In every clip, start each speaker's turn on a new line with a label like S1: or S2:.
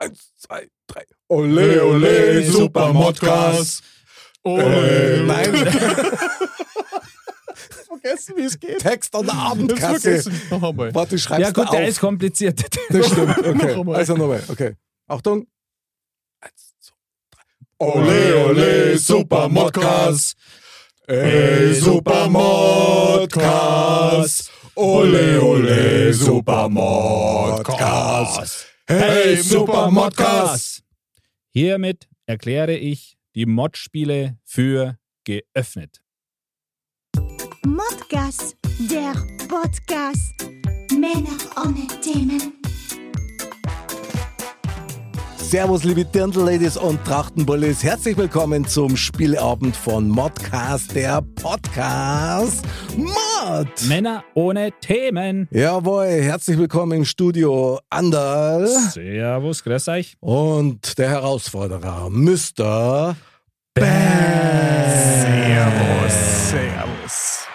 S1: Eins, zwei, drei. Ole, ole, super Modcast. Ole.
S2: Nein,
S1: Vergessen, wie es geht.
S2: Text an der Abendkasse.
S1: Noch einmal.
S2: Warte, du schreibst
S3: Ja gut,
S2: da
S3: der
S2: auf.
S3: ist kompliziert.
S2: das stimmt.
S3: Noch
S2: Okay.
S3: einmal.
S2: Also nochmal. Okay. Achtung.
S1: Ole, ole, super Modcast. Ey, super Modcast. Ole, ole, super Modcast. Hey, super Modcast.
S3: Hiermit erkläre ich die Mod-Spiele für geöffnet.
S4: Modcast, der Podcast. Männer ohne Themen.
S2: Servus, liebe Dirndl-Ladies und Trachtenbullis. Herzlich willkommen zum Spieleabend von Modcast, der Podcast Mod.
S3: Männer ohne Themen.
S2: Jawohl, herzlich willkommen im Studio Anderl
S1: Ah.
S3: Servus, grüß euch.
S2: und der Herausforderer Mr.
S1: Servus, servus.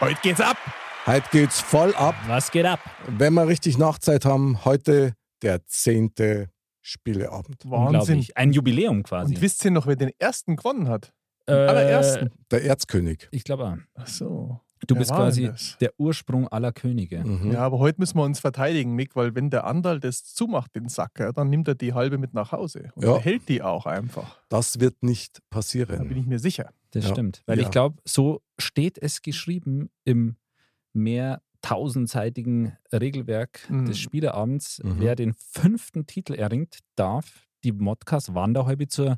S1: Heute geht's ab.
S2: Heute geht's voll ab.
S3: Was geht ab?
S2: Wenn wir richtig Nachzeit haben, heute der zehnte Spieleabend.
S1: Wahnsinn.
S3: Unglaublich. Ein Jubiläum quasi.
S1: Und wisst ihr noch, wer den ersten gewonnen hat?
S3: äh,
S1: allerersten.
S2: Der Erzkönig.
S3: Ich glaube auch.
S1: Ach so.
S3: Du
S1: Wer
S3: bist
S1: war denn
S3: quasi
S1: das?
S3: der Ursprung aller Könige.
S2: Mhm.
S1: Ja, aber heute müssen wir uns verteidigen, Mick, weil wenn der Andal das zumacht, den Sack, ja, dann nimmt er die halbe mit nach Hause und
S2: Ja.
S1: behält die auch einfach.
S2: Das wird nicht
S1: Da bin
S2: passieren.
S1: ich mir sicher.
S3: Das
S2: Ja.
S3: stimmt. Weil
S2: Ja.
S3: ich glaube, so steht es geschrieben im mehr tausendseitigen Regelwerk
S1: Mhm.
S3: des Spieleabends.
S2: Mhm.
S3: Wer den fünften Titel erringt, darf die Modcast Wanderhäube zur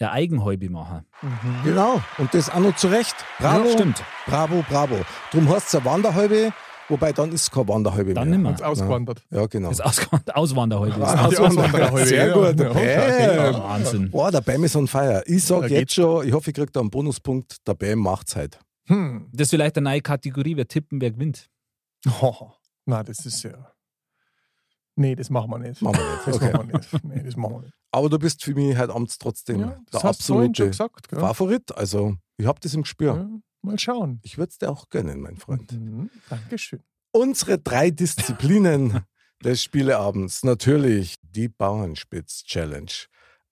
S3: ja, Eigenhäube machen.
S2: Genau, und das auch noch zu Recht. Bravo,
S3: Ja, stimmt.
S2: bravo, bravo. Drum heißt es eine Wanderhalbe, wobei dann ist es keine Wanderhalbe
S3: Dann
S2: mehr.
S3: nimmer.
S1: Ist ausgewandert.
S2: Ja, genau.
S3: Das Aus Auswanderhäube ist.
S1: Ah,
S3: das.
S1: die Oh, Auswandererhäube,
S2: Sehr
S1: ja.
S2: gut.
S1: Ja, genau. okay.
S2: Bam.
S3: Wahnsinn.
S2: Boah, der Bam ist on fire. Ich sag
S1: Da geht's.
S2: jetzt schon, ich hoffe, ich krieg da einen Bonuspunkt. Der Bam macht's halt.
S1: Hm.
S3: Das ist vielleicht eine neue Kategorie. Wir tippen, wer gewinnt.
S1: Oh, na, das ist ja. Nee, das machen wir nicht.
S2: Machen wir nicht.
S1: Das
S2: Okay.
S1: machen wir nicht. Nee, das machen wir nicht.
S2: Aber du bist für mich heute Abend trotzdem der
S1: hast du vorhin
S2: absolute
S1: schon gesagt. Gell?
S2: Favorit. Also, ich hab das im Gespür.
S1: Ja, Mal schauen.
S2: Ich würde es dir auch gönnen, mein Freund.
S1: Mhm. Dankeschön.
S2: Unsere drei Disziplinen des Spieleabends. Natürlich die Bauernspitz-Challenge.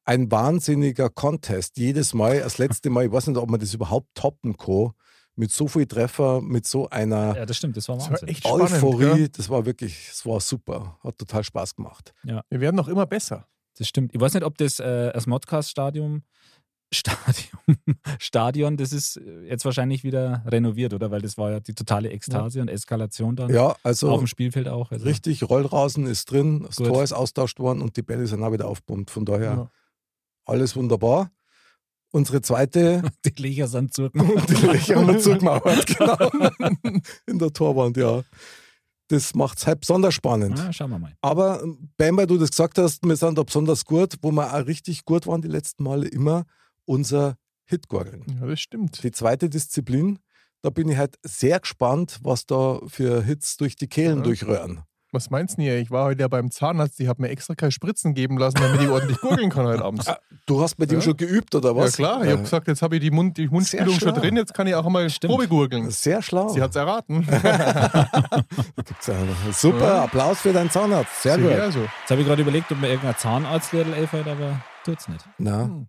S2: Ein wahnsinniger Contest. Jedes Mal, das letzte Mal, ich weiß nicht, ob man das überhaupt toppen kann, mit so viel Treffer, mit so einer
S3: Ja, das stimmt. Das war
S1: Das
S3: Wahnsinn.
S1: war echt spannend.
S2: Euphorie.
S1: gell?
S2: das war wirklich, das war super. Hat total Spaß gemacht.
S1: Wir werden noch immer besser.
S3: Das stimmt. Ich weiß nicht, ob das äh, das Modcast-Stadium, Stadium, Stadion, das ist äh, jetzt wahrscheinlich wieder renoviert, oder? Weil das war ja die totale Ekstase und Eskalation dann
S2: Ja,
S3: auf
S2: also
S3: dem Spielfeld auch. Also,
S2: richtig, Rollrasen ist drin, das
S3: Gut.
S2: Tor ist austauscht worden und die Bälle sind auch wieder aufpumpt. Von daher
S1: Ja.
S2: alles wunderbar. Unsere zweite
S3: Die Leger sind zurück.
S2: Und die Löcher haben wir zugemauert, genau. In der Torwand, ja. Das macht es halt besonders spannend.
S1: Ah.
S3: Na, schauen wir mal.
S2: Aber, ähm, Ben, weil du das gesagt hast, wir sind da besonders gut, wo wir auch richtig gut waren die letzten Male, immer unser Hitgorgeln.
S1: Ja, das stimmt.
S2: Die zweite Disziplin, da bin ich halt sehr gespannt, was da für Hits durch die Kehlen
S1: Ja.
S2: durchröhren.
S1: Was meinst du denn hier? Ich war heute ja beim Zahnarzt, die hat mir extra keine Spritzen geben lassen, damit ich ordentlich gurgeln kann heute Abends.
S2: Du hast mit ihm
S1: Ja.
S2: schon geübt, oder Ah, was?
S1: Ja klar, ich habe
S2: Äh,
S1: gesagt, jetzt habe ich die, Mund, die Mundspülung schon
S2: schlau.
S1: drin, jetzt kann ich auch einmal Probe gurgeln.
S2: Sehr schlau.
S1: Sie hat es erraten.
S2: Super,
S1: Ja.
S2: Applaus für deinen Zahnarzt. Sehr gut.
S1: Also,
S3: Jetzt habe ich gerade überlegt, ob mir irgendein Zahnarztlehrl einfällt, aber tut's nicht.
S2: Na,
S1: Hm.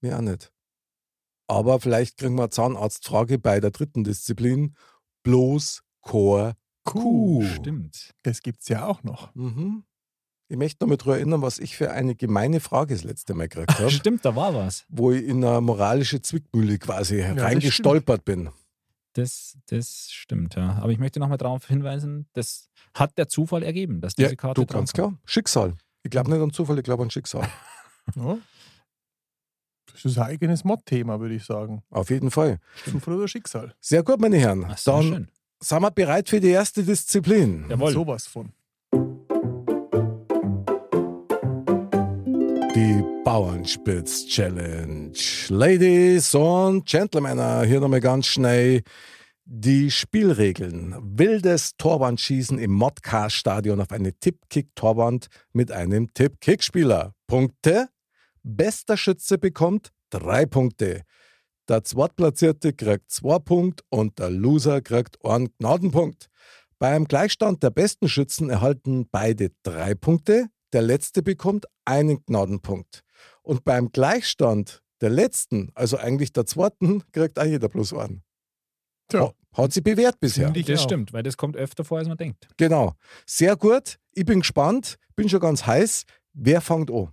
S2: mir auch nicht. Aber vielleicht kriegen wir eine Zahnarztfrage bei der dritten Disziplin. Bloß Chor Kuh.
S3: Stimmt.
S1: das gibt es ja auch noch.
S2: Mhm. Ich möchte noch mal daran erinnern, was ich für eine gemeine Frage das letzte Mal gekriegt habe,
S3: Stimmt, da war was.
S2: wo ich in eine moralische Zwickmühle quasi
S1: das
S2: reingestolpert bin.
S3: Das, das stimmt, ja. Aber ich möchte nochmal darauf hinweisen, das hat der Zufall ergeben, dass
S2: Ja,
S3: diese Karte
S2: du
S3: dran
S2: ganz
S3: kam.
S2: klar. Schicksal. Ich glaube nicht an Zufall, ich glaube an Schicksal.
S1: Ja. ne? Das ist ein eigenes Mod-Thema, würde ich sagen.
S2: Auf jeden Fall.
S1: Zufall oder Schicksal.
S2: Sehr gut, meine Herren.
S3: Ach, sehr
S2: Dann
S3: schön.
S2: sind wir bereit für die erste Disziplin.
S3: Jawohl.
S1: Sowas von.
S2: Bauernspitz-Challenge. Ladies und Gentlemen, hier nochmal ganz schnell die Spielregeln. Wildes Torwandschießen im Modcast-Stadion auf eine Tippkick-Torwand mit einem Tippkick-Spieler. Punkte. Bester Schütze bekommt drei Punkte. Der Zweitplatzierte kriegt zwei Punkte und der Loser kriegt einen Gnadenpunkt. Beim Gleichstand der besten Schützen erhalten beide drei Punkte, der letzte bekommt einen Gnadenpunkt. Und beim Gleichstand der letzten, also eigentlich der zweiten, kriegt auch jeder plus einen.
S1: Tja.
S2: Ha- Hat sie bewährt bisher.
S1: Finde ich
S3: das
S1: auch.
S3: stimmt, weil das kommt öfter vor, als man denkt.
S2: Genau. Sehr gut. Ich bin gespannt, bin schon ganz heiß. Wer fängt an?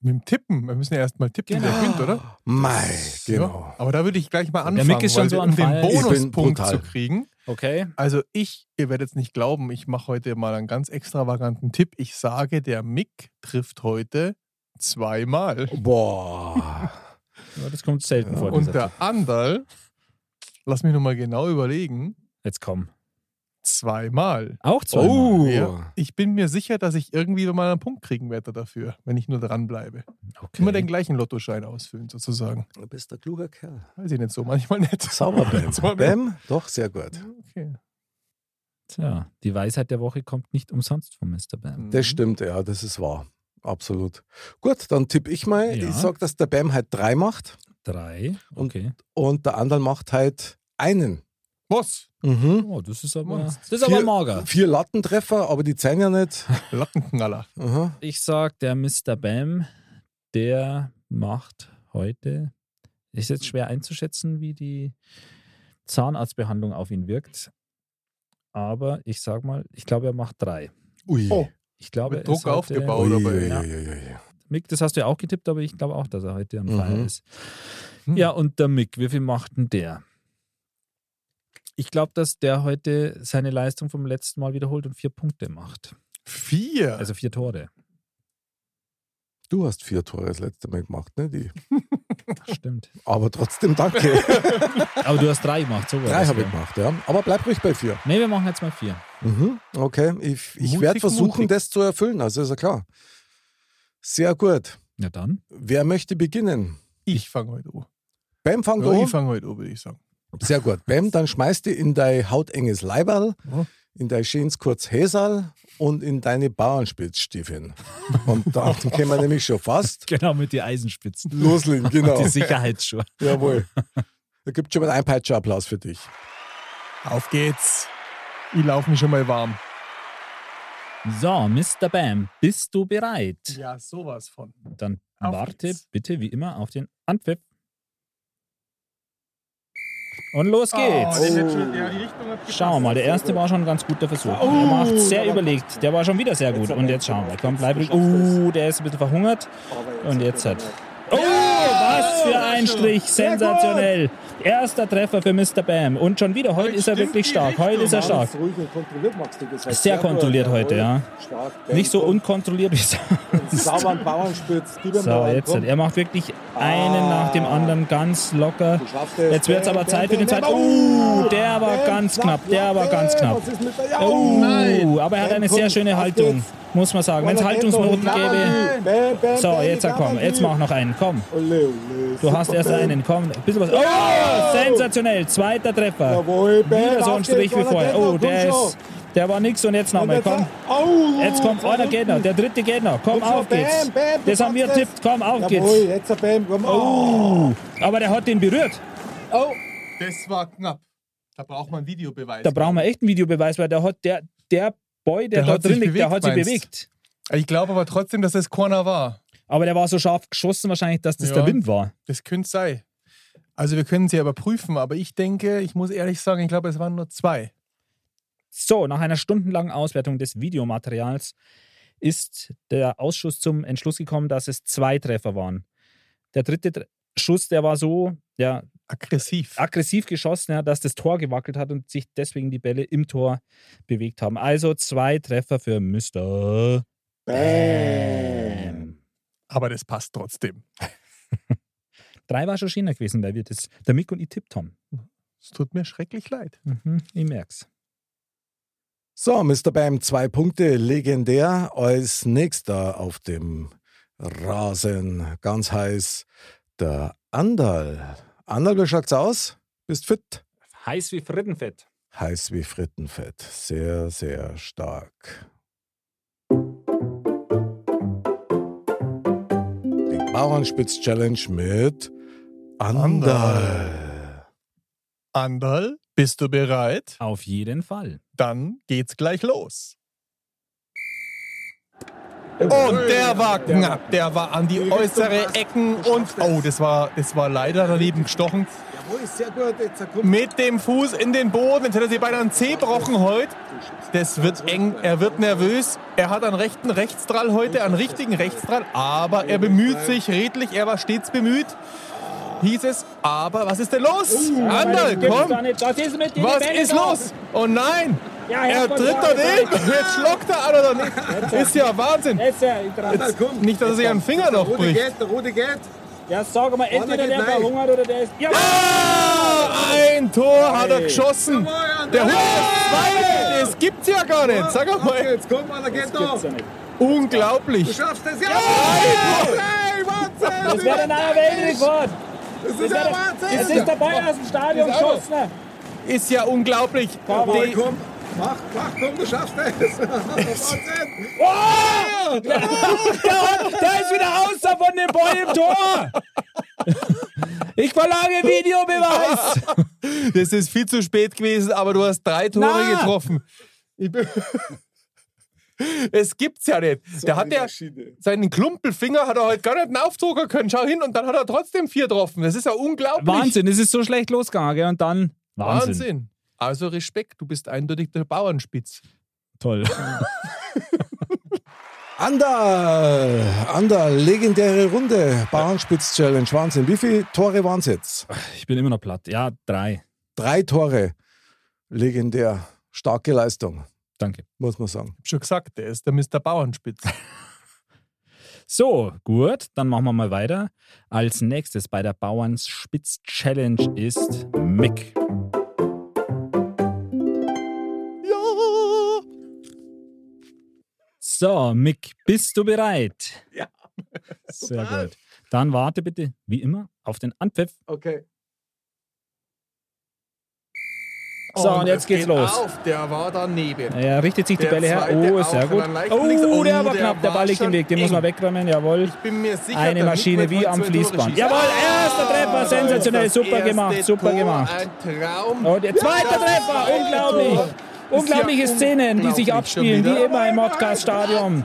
S1: Mit dem Tippen. Wir müssen ja erstmal tippen, wer gewinnt, oder?
S2: Mai,
S1: Ja,
S2: genau.
S1: aber da würde ich gleich mal anfangen,
S3: Mick ist schon
S1: weil
S3: so
S1: wir-
S3: am
S1: um den
S3: Fall. Ich
S2: bin
S1: Bonuspunkt
S2: brutal.
S1: zu kriegen.
S3: Okay.
S1: Also ich, ihr werdet es nicht glauben, ich mache heute mal einen ganz extravaganten Tipp. Ich sage, der Mick trifft heute zweimal.
S2: Oh, Boah.
S3: Ja, das kommt selten vor.
S1: Und
S3: dieser
S1: der
S3: Tipp.
S1: Andal, lass mich nochmal genau überlegen,
S3: Jetzt komm.
S1: zweimal.
S3: Auch zwei.
S2: Oh.
S1: Ja, ich bin mir sicher, dass ich irgendwie mal einen Punkt kriegen werde dafür, wenn ich nur dranbleibe.
S3: Okay.
S1: Immer den gleichen Lottoschein ausfüllen, sozusagen.
S2: Du bist ein kluger Kerl.
S1: Weiß ich nicht so, manchmal nicht.
S2: Sauber, Bam.
S1: Zweimal.
S2: Bam, doch, sehr gut.
S1: Okay.
S3: Tja, die Weisheit der Woche kommt nicht umsonst von Mr. Bam.
S1: Hm.
S2: Das
S1: Mhm.
S2: stimmt, ja, das ist wahr. Absolut. Gut, dann tippe ich mal.
S3: Ja.
S2: Ich sag, dass der Bam halt drei macht
S3: Drei.
S2: Und-
S3: Okay.
S2: und der andere macht halt einen.
S1: Was?
S2: Mhm.
S3: Oh, das ist aber,
S1: Monst.
S3: das ist aber
S2: Vier-
S3: mager.
S2: Vier Lattentreffer, aber die zählen ja nicht.
S1: Hm. Lattenknaller.
S2: Aha.
S3: Ich sag, der Mr. Bam, der macht heute. Ist jetzt schwer einzuschätzen, wie die Zahnarztbehandlung auf ihn wirkt. Aber ich sag mal, ich glaube, er macht drei.
S2: Ui.
S1: Oh,
S3: Ich glaube,
S1: Mit
S3: er ist
S1: Druck
S3: heute-
S1: aufgebaut.
S2: Ui,
S1: oder
S2: ui,
S1: bei-
S2: ui,
S3: Ja.
S2: ui, ui.
S3: Mick, das hast du ja auch getippt, aber ich glaube auch, dass er heute am Feier
S2: Mhm.
S3: ist.
S1: Hm.
S3: Ja, und der Mick, wie viel macht denn der? Ich glaube, dass der heute seine Leistung vom letzten Mal wiederholt und vier Punkte macht.
S1: Vier.
S3: Also vier Tore.
S2: Du hast vier Tore das letzte Mal gemacht, ne? Die.
S3: Stimmt.
S2: Aber trotzdem danke.
S3: Aber du hast drei gemacht, so war
S2: Drei
S3: das,
S2: habe ich
S3: gell?
S2: gemacht, ja. Aber bleib ruhig bei vier.
S3: Nee, wir machen jetzt mal vier.
S2: Mhm. Okay, ich, ich
S1: Mutig,
S2: werde versuchen,
S1: mutig.
S2: das zu erfüllen, also ist ja klar. Sehr gut.
S3: Ja, dann.
S2: Wer möchte beginnen?
S1: ich fange heute an.
S2: Bam, fang
S1: Ja, ich
S2: an.
S1: fange heute an, würde ich sagen.
S2: Sehr gut. Bam, dann schmeißt du in dein hautenges Leiberl,
S1: Ja.
S3: Mhm.
S2: in dein schönes Kurzhäserl und in deine Bauernspitzstiefeln. Und da können wir nämlich schon fast
S3: Genau, mit die Eisenspitzen.
S2: loslegen, genau.
S3: Die Sicherheitsschuhe.
S2: Jawohl. Da gibt es schon mal einen Peitscher-Applaus für dich.
S1: Auf geht's. Ich laufe mich schon mal warm.
S3: So, Mr. Bam, bist du bereit?
S1: Ja, sowas von.
S3: Dann
S1: Auf
S3: warte
S1: geht's.
S3: bitte wie immer auf den Anpfiff. Und los
S1: Oh,
S3: geht's.
S1: den hätt schon, ja, die Richtung hat
S3: Schauen wir mal, der erste war schon ein ganz guter Versuch. der
S1: Oh.
S3: macht sehr überlegt. Der war schon wieder sehr gut. Und jetzt schauen wir. Kommt Leibrig. Oh, der ist ein bisschen verhungert. Und jetzt hat. Oh, was für ein Strich. Sensationell. Erster Treffer für Mr. Bam. Und schon wieder, heute
S1: Heute
S3: ist er
S1: stimmt
S3: wirklich
S1: die
S3: stark. Heute ist er
S1: Richtung.
S3: stark.
S2: Ruhig und kontrolliert magst du das.
S3: Sehr sehr gut, kontrolliert jawohl. heute, ja. Nicht so unkontrolliert wie sonst.
S2: Sauberen Bauernspitz.
S3: So, jetzt. Er macht wirklich einen nach dem anderen ganz locker. Jetzt wird's aber Zeit für den zweiten. Oh, der war ganz knapp. Der war ganz knapp. Oh, aber er hat eine sehr schöne Haltung, muss man sagen. Wenn es Haltungsnoten gäbe.
S2: gäbe.
S3: So, jetzt komm, jetzt mach noch einen, komm. Du hast erst einen, komm. Ein bisschen was. Oh, sensationell, zweiter Treffer.
S2: Jawohl, Bam,
S3: Wieder so
S2: auf
S3: ein
S2: geht's,
S3: Strich wie
S2: einer
S3: vorher.
S2: geht noch,
S3: Oh, der
S2: komm schon.
S3: ist, der war nix und jetzt nochmal, komm.
S2: Oh,
S3: Jetzt kommt einer geht noch, der dritte geht noch. Komm,
S2: Komm schon,
S3: auf geht's.
S2: Bam, Bam, du
S3: Das haben wir
S2: schaffst
S3: tippt, komm, auf geht's.
S2: Jawohl, jetzt ein Bam. Komm,
S3: Oh, aber der hat den berührt.
S1: Das war knapp. Da braucht man Videobeweis.
S3: Da brauchen wir echt einen Videobeweis, weil der hat der, der Boy, der,
S1: Der
S3: da
S1: hat sich
S3: drin liegt, der hat
S1: bewegt,
S3: sich
S1: meinst?
S3: bewegt.
S1: Ich glaube aber trotzdem, dass das Corner war.
S3: Aber der war so scharf geschossen wahrscheinlich, dass das
S1: Ja.
S3: der Wind war.
S1: Das könnte sein. Also wir können sie ja überprüfen, aber ich denke, ich muss ehrlich sagen, ich glaube, es waren nur zwei.
S3: So, nach einer stundenlangen Auswertung des Videomaterials ist der Ausschuss zum Entschluss gekommen, dass es zwei Treffer waren. Der dritte Tre- Schuss, der war so ja,
S1: Aggressiv.
S3: aggressiv geschossen, ja, dass das Tor gewackelt hat und sich deswegen die Bälle im Tor bewegt haben. Also zwei Treffer für Mr. Bam.
S1: aber das passt trotzdem.
S3: Drei war schon schöner gewesen, weil wir das, der Mick und ich tippt haben.
S1: Es tut mir schrecklich leid.
S3: Mhm, ich merk's.
S2: So, Mr. Bam, zwei Punkte, legendär als nächster auf dem Rasen, ganz heiß. Der Andal. Andal, wie schaut's aus? Bist fit?
S3: Heiß wie Frittenfett.
S2: Heiß wie Frittenfett. Sehr, sehr stark. Die Bauernspitz-Challenge mit Andal.
S1: Andal, bist du bereit?
S3: Auf jeden Fall.
S1: Dann geht's gleich los. Oh, der war knapp. Der war an die äußere Ecken und oh, das war, das war leider daneben gestochen.
S2: Jawohl, sehr gut. Jetzt kommt
S1: Mit dem Fuß in den Boden. Jetzt hat er sich beinahe einen Zeh gebrochen heute. Das wird eng. Er wird nervös. Er hat einen rechten Rechtsdrall heute, einen richtigen Rechtsdrall. Aber er bemüht sich redlich. Er war stets bemüht. Hieß es. Aber was ist denn los?
S2: Oh,
S1: Anderl, komm.
S3: Was ist mit
S1: Was ist los? Oh nein!
S3: Ja,
S1: er
S3: Herrgott,
S1: tritt
S3: ja,
S1: daneben! Jetzt schluckt er an oder nicht? Ist ja Wahnsinn!
S3: Jetzt, jetzt,
S1: Nicht, dass er sich einen Finger
S2: Oh,
S1: noch bricht.
S5: der Rudi geht.
S3: ja, sag mal, entweder
S5: geht
S3: der
S5: nein.
S3: verhungert oder der ist. Ja,
S1: Ah, ein Tor hat er geschossen! Der holt das zweite! Das gibt's ja gar nicht! Sag mal!
S5: Jetzt komm, einer geht
S3: gibt's
S5: noch.
S3: ja nicht.
S1: Unglaublich!
S5: Schaffst das ja? Hey,
S3: Das wäre ein neuer Weltrekord.
S5: Das ist ja
S3: wäre- Es ist
S5: Wahnsinn.
S3: dabei aus dem Stadion geschossen.
S1: Ist ja unglaublich!
S5: Jawohl,
S1: Die-
S5: komm, mach, mach, komm, du schaffst es. Wahnsinn.
S3: Oh! Der ist wieder außer von dem Boy im Tor. Ich verlange Videobeweis.
S1: Das ist viel zu spät gewesen, aber du hast drei Tore
S3: Na.
S1: getroffen. Ich bin es gibt's ja nicht. da hat der seinen Klumpelfinger hat er heute gar nicht einen Aufdrucker können. Schau hin und dann hat er trotzdem vier getroffen. Das ist ja unglaublich.
S3: Wahnsinn, es ist so schlecht losgegangen. gell? Und dann.
S1: Wahnsinn.
S3: Wahnsinn.
S1: Also Respekt, du bist eindeutig der Bauernspitz.
S3: Toll.
S2: Andal, Andal, legendäre Runde. Bauernspitz-Challenge, Wahnsinn. Wie viele Tore waren es jetzt?
S3: Ich bin immer noch platt. Ja, drei.
S2: Drei Tore. Legendär. Starke Leistung,
S3: Danke.
S2: muss man sagen.
S1: Ich hab schon gesagt, der ist der Mr. Bauernspitz.
S3: So, gut, dann machen wir mal weiter. Als nächstes bei der Bauernspitz-Challenge ist Mick.
S1: ja.
S3: So, Mick, bist du bereit?
S5: Ja.
S3: Sehr gut. Dann warte bitte, wie immer, auf den Anpfiff.
S5: Okay.
S3: So, und jetzt
S1: es
S3: geht's
S1: geht
S3: los.
S1: Auf. Der war daneben.
S3: Er richtet sich die
S1: Ah, Der
S3: Bälle her.
S1: zweite
S3: Oh,
S1: auch,
S3: sehr gut.
S1: aber leicht links.
S3: Oh,
S1: Oh,
S3: der war
S1: der
S3: knapp. Der
S1: war
S3: Ball liegt im
S1: schon
S3: Weg. Den muss
S1: eng.
S3: man wegräumen. Jawohl.
S1: Bin mir sicher,
S3: Eine
S1: der
S3: Maschine
S1: Mick wird
S3: wie
S1: heute
S3: am
S1: zwei Tore
S3: Fließband.
S1: schießen.
S3: Jawohl, erster
S1: Ah,
S3: Treffer.
S1: da ist
S3: Sensationell.
S1: das
S3: Super
S1: erste
S3: gemacht. Super
S1: Tor,
S3: gemacht.
S1: Ein Traum.
S3: Und Oh, der zweite Treffer, unglaublich. Unglaubliche Szenen, die sich abspielen, wie immer im Modcast-Stadion.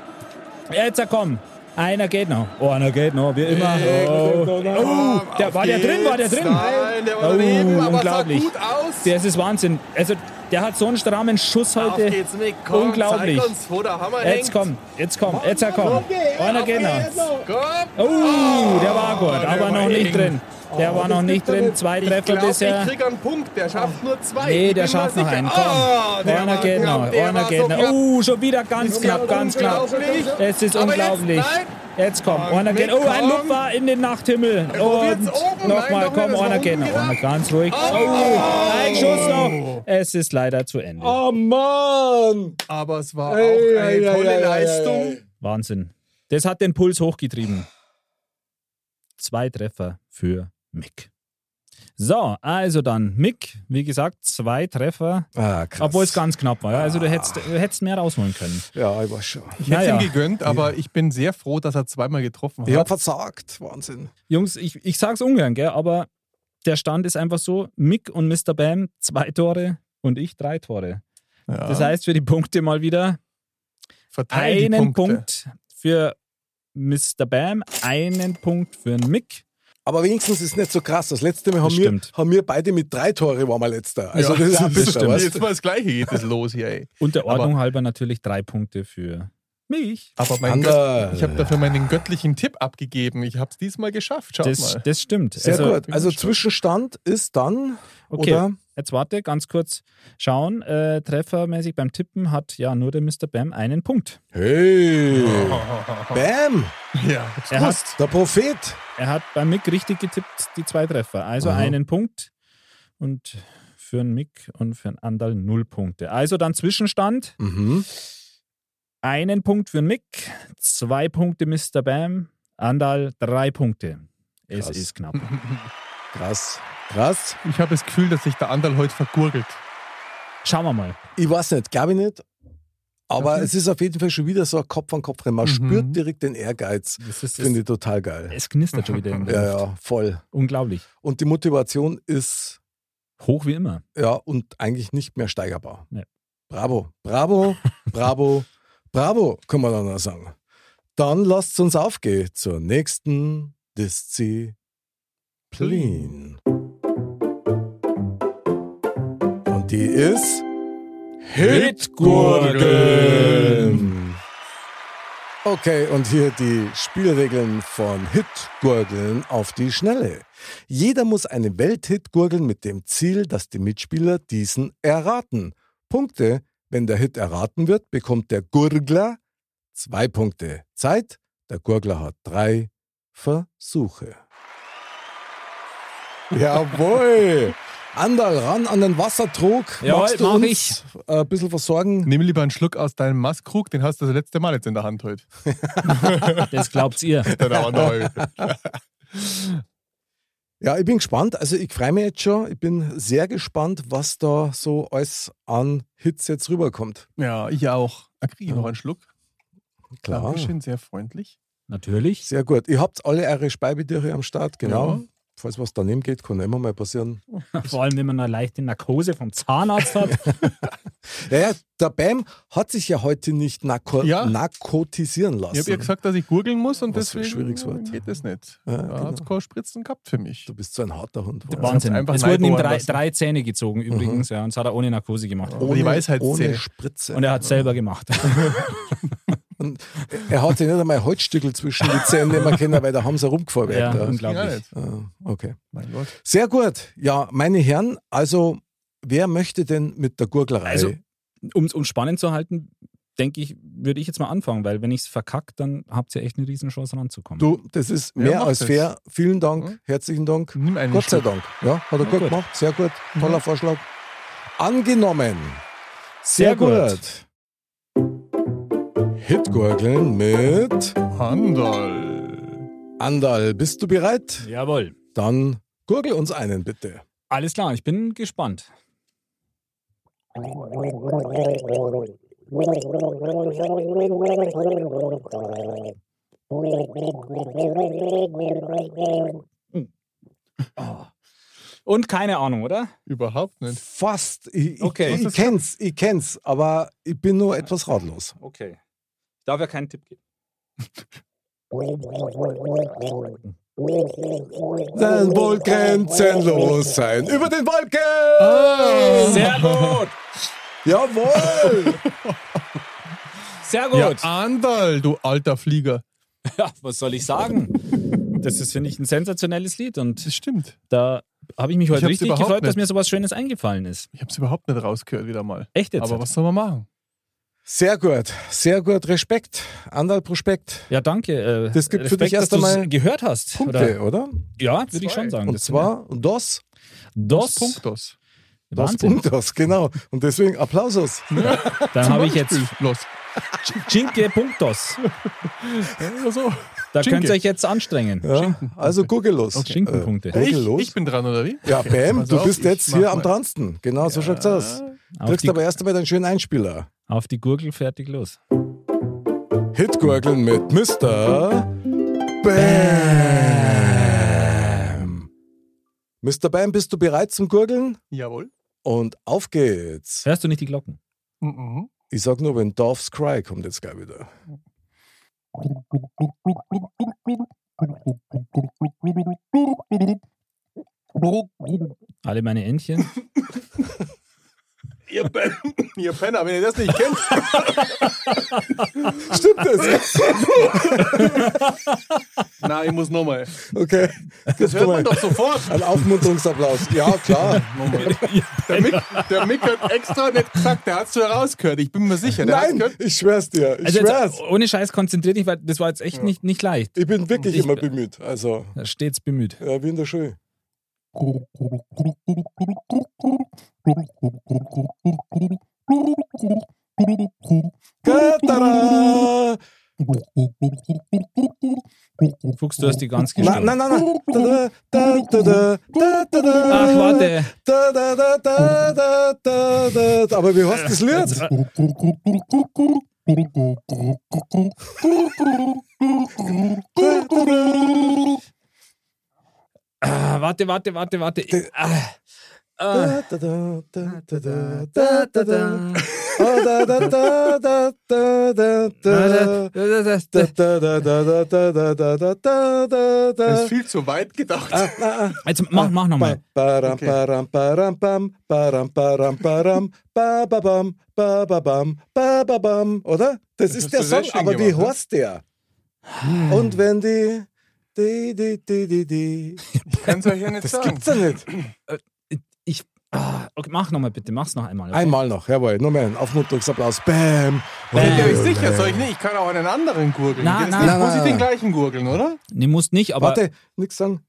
S3: Jetzt komm. Einer geht noch. Oh, einer geht noch, wie immer. Oh, oh der, war der drin, war der drin?
S1: Nein, der war
S3: Oh,
S1: daneben, aber
S3: unglaublich.
S1: sah gut aus.
S3: Das ist Wahnsinn. Also, der hat so einen strammen Schuss
S1: Auf
S3: heute.
S1: geht's mit, komm,
S3: Unglaublich.
S1: Zeig uns, wo der Hammer
S3: Jetzt
S1: hängt.
S3: komm, jetzt komm, jetzt komm. Einer geht noch.
S1: Komm.
S3: Oh, der war gut,
S1: der
S3: aber
S1: war
S3: noch nicht
S1: eng. Oh,
S3: drin. Der war noch nicht drin. Zwei
S1: Ich
S3: Treffer
S1: glaub,
S3: bisher. Oh.
S1: Ich krieg einen Punkt, der schafft nur zwei.
S3: Nee,
S1: Ich
S3: der
S1: bin mir
S3: schafft noch
S1: sicher.
S3: einen.
S1: Oh,
S3: Komm.
S1: der
S3: Einer
S1: war
S3: geht noch.
S1: knapp, der
S3: Einer
S1: war
S3: geht
S1: so
S3: noch.
S1: knapp.
S3: Oh, schon wieder ganz knapp, ganz knapp.
S1: unglaublich.
S3: Es ist
S1: Aber jetzt
S3: unglaublich.
S1: nein.
S3: Jetzt komm,
S1: Und
S3: einer geht. Oh, ein
S1: mitkommen.
S3: Lupfer in den Nachthimmel.
S1: probiert's
S3: Und
S1: oben.
S3: nochmal,
S1: Nein, doch
S3: komm,
S1: nicht, das
S3: einer
S1: war
S3: geht
S1: oben
S3: noch.
S1: gedacht.
S3: Einer ganz ruhig. Oh, ein Schuss noch. Es ist leider zu Ende.
S2: Oh Mann!
S1: Aber es war auch
S2: Ei,
S1: eine
S2: ei,
S1: tolle
S2: ei, ei,
S1: Leistung.
S2: ei, ei.
S3: Wahnsinn. Das hat den Puls hochgetrieben. Zwei Treffer für Mick. So, also dann Mick, wie gesagt, zwei Treffer,
S2: Ah, krass.
S3: obwohl es ganz knapp war. ja. Also du hättest, du hättest mehr rausholen können.
S2: Ja, ich war schon.
S1: Ich hätte
S3: Naja.
S1: ihm gegönnt, aber ich bin sehr froh, dass er zweimal getroffen hat.
S2: Ich hab versagt. Wahnsinn.
S3: Jungs, ich, ich sag's ungern, gell, aber der Stand ist einfach so: Mick und Mr. Bam zwei Tore und ich drei Tore.
S1: Ja.
S3: Das heißt für die Punkte mal wieder
S1: Verteil die
S3: einen
S1: Punkte.
S3: Punkt für Mr. Bam, einen Punkt für den Mick.
S2: Aber wenigstens ist nicht so krass. Das letzte Mal haben
S3: Das
S2: wir,
S3: stimmt.
S2: haben wir beide mit drei Tore waren wir letzter. Also
S1: Ja,
S2: das ist auch
S1: das
S2: besser,
S1: stimmt. Also
S2: weißt
S1: Jetzt
S2: du?
S1: mal das Gleiche geht es los hier, ey.
S3: Und der
S1: Aber-
S3: Ordnung halber natürlich drei Punkte für mich.
S1: Aber mein
S2: Anderl.
S1: Gött, ich habe dafür meinen göttlichen Tipp abgegeben. Ich habe es diesmal geschafft. Schau
S3: Das,
S1: mal.
S3: das stimmt.
S2: Sehr
S3: also,
S2: gut. Also Zwischenstand ist dann,
S3: Okay.
S2: oder?
S3: Jetzt warte, ganz kurz schauen. Äh, treffermäßig beim Tippen hat ja nur der Mr. Bam einen Punkt.
S2: Hey! Bam!
S1: ja.
S3: Er hat,
S2: Der Prophet!
S3: er hat beim Mick richtig getippt, die zwei Treffer. Also
S2: Aha.
S3: einen Punkt und für den Mick und für den Andal null Punkte. Also dann Zwischenstand.
S2: Mhm.
S3: Einen Punkt für den Mick, zwei Punkte Mr. Bam Andal, drei Punkte. Es
S2: Krass.
S3: ist knapp.
S2: Krass. Krass.
S1: Ich habe das Gefühl, dass sich der Anderl heute vergurgelt.
S3: Schauen wir mal.
S2: Ich weiß nicht, glaube ich nicht. Aber
S1: Okay.
S2: es ist auf jeden Fall schon wieder so ein Kopf an Kopf rennen. Man
S1: Mhm.
S2: spürt direkt den Ehrgeiz.
S3: Es, ist,
S2: Finde
S3: es,
S2: ich total geil.
S3: es knistert schon wieder in der
S2: Ja,
S3: Luft.
S2: ja, voll.
S3: Unglaublich.
S2: Und die Motivation ist
S3: Hoch wie immer.
S2: ja und eigentlich nicht mehr steigerbar.
S3: Nee.
S2: Bravo, bravo, bravo, bravo, kann man dann auch sagen. Dann lasst uns aufgehen zur nächsten Disziplin. Und die ist Hitgurgeln. Okay, und hier die Spielregeln von Hitgurgeln auf die Schnelle. Jeder muss einen Welthit gurgeln mit dem Ziel, dass die Mitspieler diesen erraten. Punkte. Wenn der Hit erraten wird, bekommt der Gurgler zwei Punkte. Zeit. Der Gurgler hat drei Versuche. Jawohl! Andal, ran an den Wassertrog.
S3: Jawohl,
S2: Magst du
S3: mach
S2: uns
S3: ich.
S2: ein bisschen versorgen?
S1: Nimm lieber einen Schluck aus deinem Maßkrug, den hast du das letzte Mal jetzt in der Hand heute.
S3: Das glaubt ihr.
S1: Der Anderl.
S2: Ja, ich bin gespannt. Also ich freue mich jetzt schon. Ich bin sehr gespannt, was da so alles an Hits jetzt rüberkommt.
S1: ja, ich auch. Kriege ich noch einen Schluck?
S2: Klar.
S1: Dankeschön, sehr freundlich.
S3: Natürlich.
S2: Sehr gut. Ihr habt alle eure Speibetiere am Start, genau.
S1: Ja.
S2: Falls was daneben geht, kann immer mal passieren.
S3: Vor allem, wenn man eine leichte Narkose vom Zahnarzt hat.
S2: Ja, ja, der Bam hat sich ja heute nicht narko
S1: Ja.
S2: narkotisieren lassen.
S1: Ich habe ihr gesagt, dass ich gurgeln muss und
S2: Was für ein schwieriges
S1: deswegen
S2: Wort.
S1: geht das nicht.
S2: Ja,
S1: da
S2: genau.
S1: hat's keine Spritzen gehabt für mich.
S2: du bist so ein harter Hund. Wahnsinn.
S3: Wahnsinn.
S1: einfach
S3: Es wurden ihm
S1: reinbohren
S3: drei,
S1: lassen.
S3: drei Zähne gezogen übrigens. Ja, und das hat er ohne Narkose gemacht.
S1: Oh. die Weisheitszähne.
S2: ohne Spritze.
S3: Und er hat es selber gemacht.
S2: er hat sich nicht einmal Holzstückel zwischen die Zähne nehmen können, weil da haben sie rumgefahren.
S3: ja,
S2: Ja.
S1: Ging auch
S3: unglaublich.
S1: nicht.
S2: Ah, Okay.
S1: Mein Gott.
S2: Sehr gut. Ja, meine Herren, also wer möchte denn mit der Gurglerei?
S3: Also, Um es spannend zu halten, denke ich, würde ich jetzt mal anfangen, weil wenn ich es verkackt, dann habt ihr echt eine Riesenchance ranzukommen.
S2: du, das ist
S1: Ja,
S2: mehr
S1: mach
S2: als
S1: das.
S2: fair. Vielen Dank,
S1: Mhm.
S2: herzlichen Dank.
S1: Nimm einen
S2: Gott sei
S1: Schluck.
S2: Dank. Ja, hat er
S3: Hm?
S2: gut,
S3: Na gut. Mhm.
S2: gemacht. Sehr gut. Toller Vorschlag. Angenommen. Sehr,
S3: Sehr
S2: gut. Hitgurgeln mit
S1: Anderl.
S2: Andal. Bist du bereit?
S3: Jawohl.
S2: Dann gurgel uns einen bitte.
S3: Alles klar, ich bin gespannt.
S1: Oh.
S3: Und keine Ahnung, oder?
S1: Überhaupt nicht.
S2: Fast. Ich, ich,
S3: Okay.
S2: ich kenn's, ich kenn's, aber ich bin nur etwas ratlos.
S3: Okay. Ich darf ja keinen Tipp geben.
S2: Denn wohl grenzenlos sein. Über den Wolken!
S3: Sehr gut!
S2: Jawohl!
S3: Sehr
S1: Ja,
S3: gut!
S1: Anderl, du alter Flieger.
S3: Ja, was soll ich sagen? Das ist, finde ich, ein sensationelles Lied und
S1: Das stimmt.
S3: da habe ich mich
S1: Ich
S3: heute
S1: hab's
S3: richtig
S1: überhaupt
S3: gefreut, dass
S1: nicht.
S3: mir sowas Schönes eingefallen ist.
S1: Ich habe es überhaupt nicht rausgehört wieder mal.
S3: Echt jetzt?
S1: Aber was soll man machen?
S2: Sehr gut, sehr gut. Respekt. Andal Prospekt.
S3: Ja, danke. Äh,
S2: Das gibt für dich
S3: Respekt,
S2: erst
S3: dass du's
S2: einmal
S3: gehört hast.
S2: Punkte, oder?
S3: Ja, würde ich
S1: Zwei.
S3: schon sagen.
S2: Und
S3: Das sind
S2: zwar DOS.
S3: Dos.
S1: Punktos.
S2: Das
S3: Wahnsinn.
S2: Punktos, genau. Und deswegen Applausus.
S3: Dann habe ich jetzt
S1: Los.
S3: Cinque Punktos.
S1: Ja, Äh, so.
S3: Da
S1: Cinque.
S3: könnt ihr euch jetzt anstrengen.
S2: Ja, also Gurgellos.
S3: Okay. Schinkenpunkte.
S2: Äh,
S1: Ich,
S2: Gurgellos.
S1: ich bin dran, oder wie?
S2: ja, Bam,
S1: pass
S2: du
S1: auf,
S2: bist
S1: ich
S2: jetzt
S1: mach
S2: hier am
S1: mal.
S2: dransten. Genau, so schaut's aus. Du
S3: Auf
S2: kriegst
S3: die,
S2: aber erst einmal deinen schönen Einspieler.
S3: auf die Gurgel fertig los.
S2: Hitgurgeln mit Mr. Bam. Mr. Bam, bist du bereit zum Gurgeln?
S1: Jawohl.
S2: Und auf geht's.
S3: Hörst du nicht die Glocken?
S1: Mhm.
S2: Ich sag nur, wenn Dorf's Cry kommt jetzt gleich wieder.
S3: Alle meine Entchen.
S1: Ihr, Pen Ihr Penner, wenn ihr das nicht kennt.
S2: Stimmt das?
S1: Nein, ich muss nochmal.
S2: Okay.
S1: Das hört man doch sofort.
S2: Ein Aufmunterungsapplaus. Ja, klar.
S1: Der Mick, der Mick hat extra nicht gesagt, der hat's schon rausgehört. Ich bin mir sicher. Der hat's
S2: Nein,
S1: gehört.
S2: ich schwör's dir. Ich
S3: Also
S2: schwör's.
S3: jetzt, ohne Scheiß konzentriert dich, weil das war jetzt echt nicht, nicht leicht.
S2: Ich bin wirklich
S3: Ich-
S2: immer bemüht. Also,
S3: Da Stets bemüht.
S2: ja, wie in der Schule. Katara!
S3: Fuchs, du hast die ganz
S2: Nein,
S3: gestellt.
S2: nein, nein, nein. Da, da, da, da, da, da, da.
S3: Ach, warte.
S2: Da, da, da, da, da, da, da. Aber wie heißt das Lied?
S3: Ah, warte, warte, warte, warte. Ah, ah.
S2: Da, da, da, da, da, da, da, da, da. Oh, da, da, da, da, da, da, da. Da, da, da, da, da, da, da, da, da, da,
S1: Das
S2: da.
S1: ist viel zu weit gedacht.
S2: Ah, ah, ah.
S3: Jetzt mach, mach nochmal.
S2: Baram,
S1: Okay.
S2: baram, baram, bam, baram, baram, baram, ba, ba, bam, ba, ba, bam, ba, ba, bam. Oder? Das,
S1: Das
S2: ist
S1: hast
S2: der
S1: du sehr
S2: Song,
S1: schön
S2: aber wie
S1: gemacht, ne?
S2: heißt der? Und wenn die. Die, die, die, die, die.
S1: Ich kann es euch ja nicht
S2: Das
S1: sagen.
S2: gibt's ja nicht.
S3: Ich, ah, okay, mach nochmal bitte, mach's noch einmal. okay?
S2: Einmal noch, jawohl, nur mehr einen Aufmunterungsapplaus. Bam!
S1: Seid ihr euch sicher? Soll ich nicht? Ich kann auch einen anderen gurgeln.
S3: Na,
S1: Geht's
S3: na,
S1: nicht?
S2: na,
S1: Muss
S2: na,
S1: ich den
S2: na.
S1: gleichen gurgeln, oder?
S3: Nee, musst nicht, aber.
S2: Warte, nix sagen.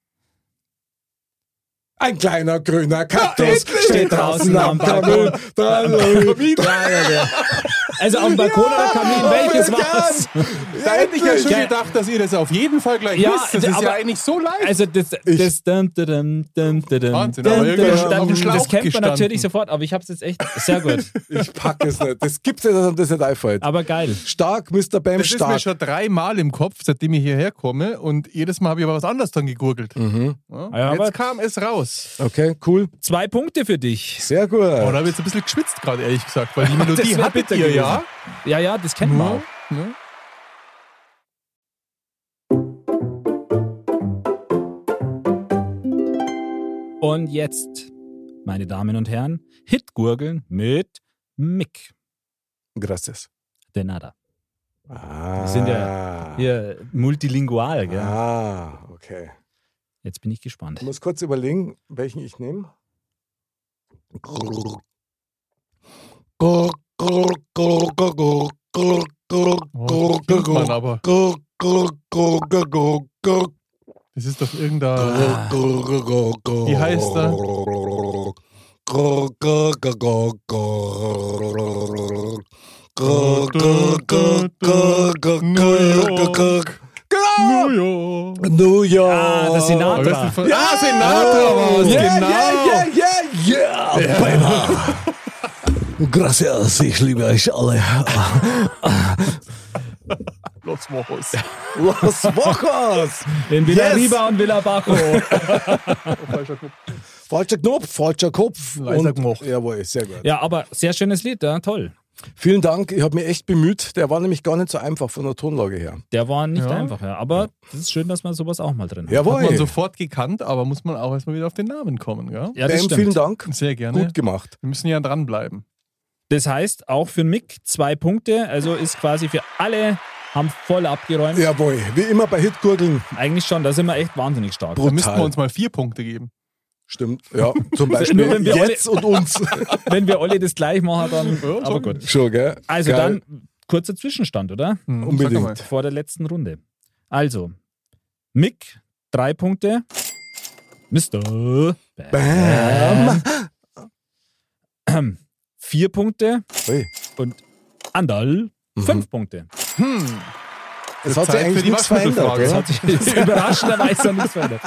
S2: Ein kleiner grüner Kaktus steht draußen am Balkon.
S3: Also am Balkon oder Kamin, welches war's?
S1: Da hätte ich ja schon
S3: Ja.
S1: gedacht, dass ihr das auf jeden Fall gleich
S3: Ja,
S1: wisst. Das ist
S3: aber-
S1: ja eigentlich so leicht.
S3: Also das, das, dum, dum, dum, dum, dum,
S1: Wahnsinn,
S3: dum,
S1: aber
S3: dum,
S1: irgendwie
S3: dum,
S1: schon auf dem
S3: dum.
S1: Schlauch
S3: Das kennt man
S1: gestanden.
S3: natürlich sofort, aber ich hab's jetzt echt sehr gut.
S2: Ich pack es nicht. Das gibt's ja, dass ihm das nicht einfällt.
S3: Aber geil.
S2: Stark, Mr. Bam,
S1: das ist mir
S2: stark.
S1: schon dreimal im Kopf, seitdem ich hierher komme. Und jedes Mal habe ich aber was anderes dann gegurgelt. Ja,
S3: Ah Ja, aber-
S1: jetzt kam es raus.
S2: Okay, cool.
S3: Zwei Punkte für dich.
S2: Sehr gut.
S1: Oh, da habe ich jetzt ein bisschen geschwitzt gerade, ehrlich gesagt. Weil die Melodie
S3: wär
S1: hattet
S3: bitter
S1: ihr
S3: gewesen.
S1: ja.
S3: Ja, ja, das kennt man.
S1: Nur,
S3: auch.
S1: ne?
S3: Und jetzt, meine Damen und Herren, Hitgurgeln mit Mick.
S2: Gracias.
S3: De nada.
S2: Ah.
S3: sind ja Hier, multilingual, gell?
S2: Ah, okay.
S3: Jetzt bin ich gespannt.
S2: Ich muss kurz überlegen, welchen ich nehme.
S1: Oh, das klingt man aber. Das ist doch irgendein.
S2: Wie
S1: heißt er?
S2: Genau!
S1: New York.
S2: New York!
S3: Ah,
S1: Oh.
S3: das
S1: Am besten
S3: Sinatra.
S1: von- Ja, Sinatra war es,
S2: yeah,
S1: genau.
S2: Yeah, yeah, yeah, yeah, baby. Gracias, ich liebe euch alle.
S1: Los, Mojos.
S2: Los Wochos!
S3: In Villa
S2: Yes!
S3: Riba und Villa Baco.
S2: Falscher Knopf, falscher Kopf.
S1: Leiser gemacht.
S2: Jawohl, sehr gut.
S3: ja, aber sehr schönes Lied, ja, toll.
S2: Vielen Dank, ich habe mich echt bemüht. Der war nämlich gar nicht so einfach von der Tonlage her.
S3: Der war nicht
S1: Ja.
S3: einfach, ja. Aber es ist schön, dass man sowas auch mal drin hat.
S2: Jawohl.
S1: Hat man sofort gekannt, aber muss man auch erstmal wieder auf den Namen kommen, gell?
S3: ja ne? das
S2: Bam,
S3: stimmt.
S2: vielen Dank.
S1: Sehr gerne.
S2: Gut gemacht.
S1: Wir müssen ja dranbleiben.
S3: Das heißt, auch für Mick zwei Punkte. Also ist quasi für alle, haben voll abgeräumt.
S2: Jawohl, wie immer bei Hitgurgeln.
S3: Eigentlich schon, da sind wir echt wahnsinnig stark.
S1: Da müssten
S2: Brutal.
S1: wir uns mal vier Punkte geben.
S2: Stimmt, ja, zum
S3: Nur
S2: Beispiel
S3: wenn wir alle-
S2: jetzt und uns.
S3: Wenn wir alle das gleich machen, dann. Aber gut.
S2: Schon, gell?
S3: Also
S2: Geil.
S3: dann kurzer Zwischenstand, oder?
S1: Hm,
S2: Unbedingt.
S1: sag mal.
S3: Vor der letzten Runde. Also, Mick, drei Punkte. Mr. Bam. Vier Punkte.
S2: Ui.
S3: Und Andal,
S1: Mhm.
S3: fünf Punkte.
S1: Hm.
S2: Es hat sich
S1: Zeit für
S2: eigentlich
S1: die
S2: nichts verändert,
S1: Waschmittelfrage.
S3: Das
S2: oder?
S3: hat sich überraschenderweise noch nichts verändert.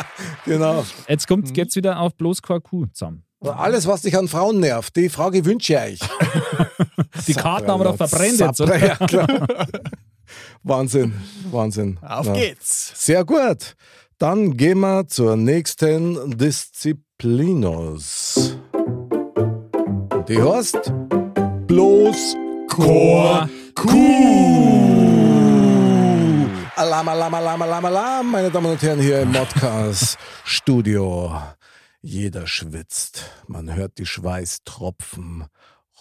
S2: Genau.
S3: Jetzt
S1: Mhm.
S3: kommt jetzt wieder auf bloß Quarku zusammen.
S2: Alles, was dich an Frauen nervt, die Frage wünsche ich euch.
S3: Die Karten haben wir doch verbrennt jetzt, oder?
S2: Ja, klar. Wahnsinn, Wahnsinn.
S1: Auf
S2: Ja.
S1: geht's.
S2: Sehr gut. Dann gehen wir zur nächsten Disziplinos. Die heißt bloß Chor Q. Alarm, Alarm, Alarm, Alarm, Alarm, meine Damen und Herren, hier im Modcast Studio. Jeder schwitzt. Man hört die Schweißtropfen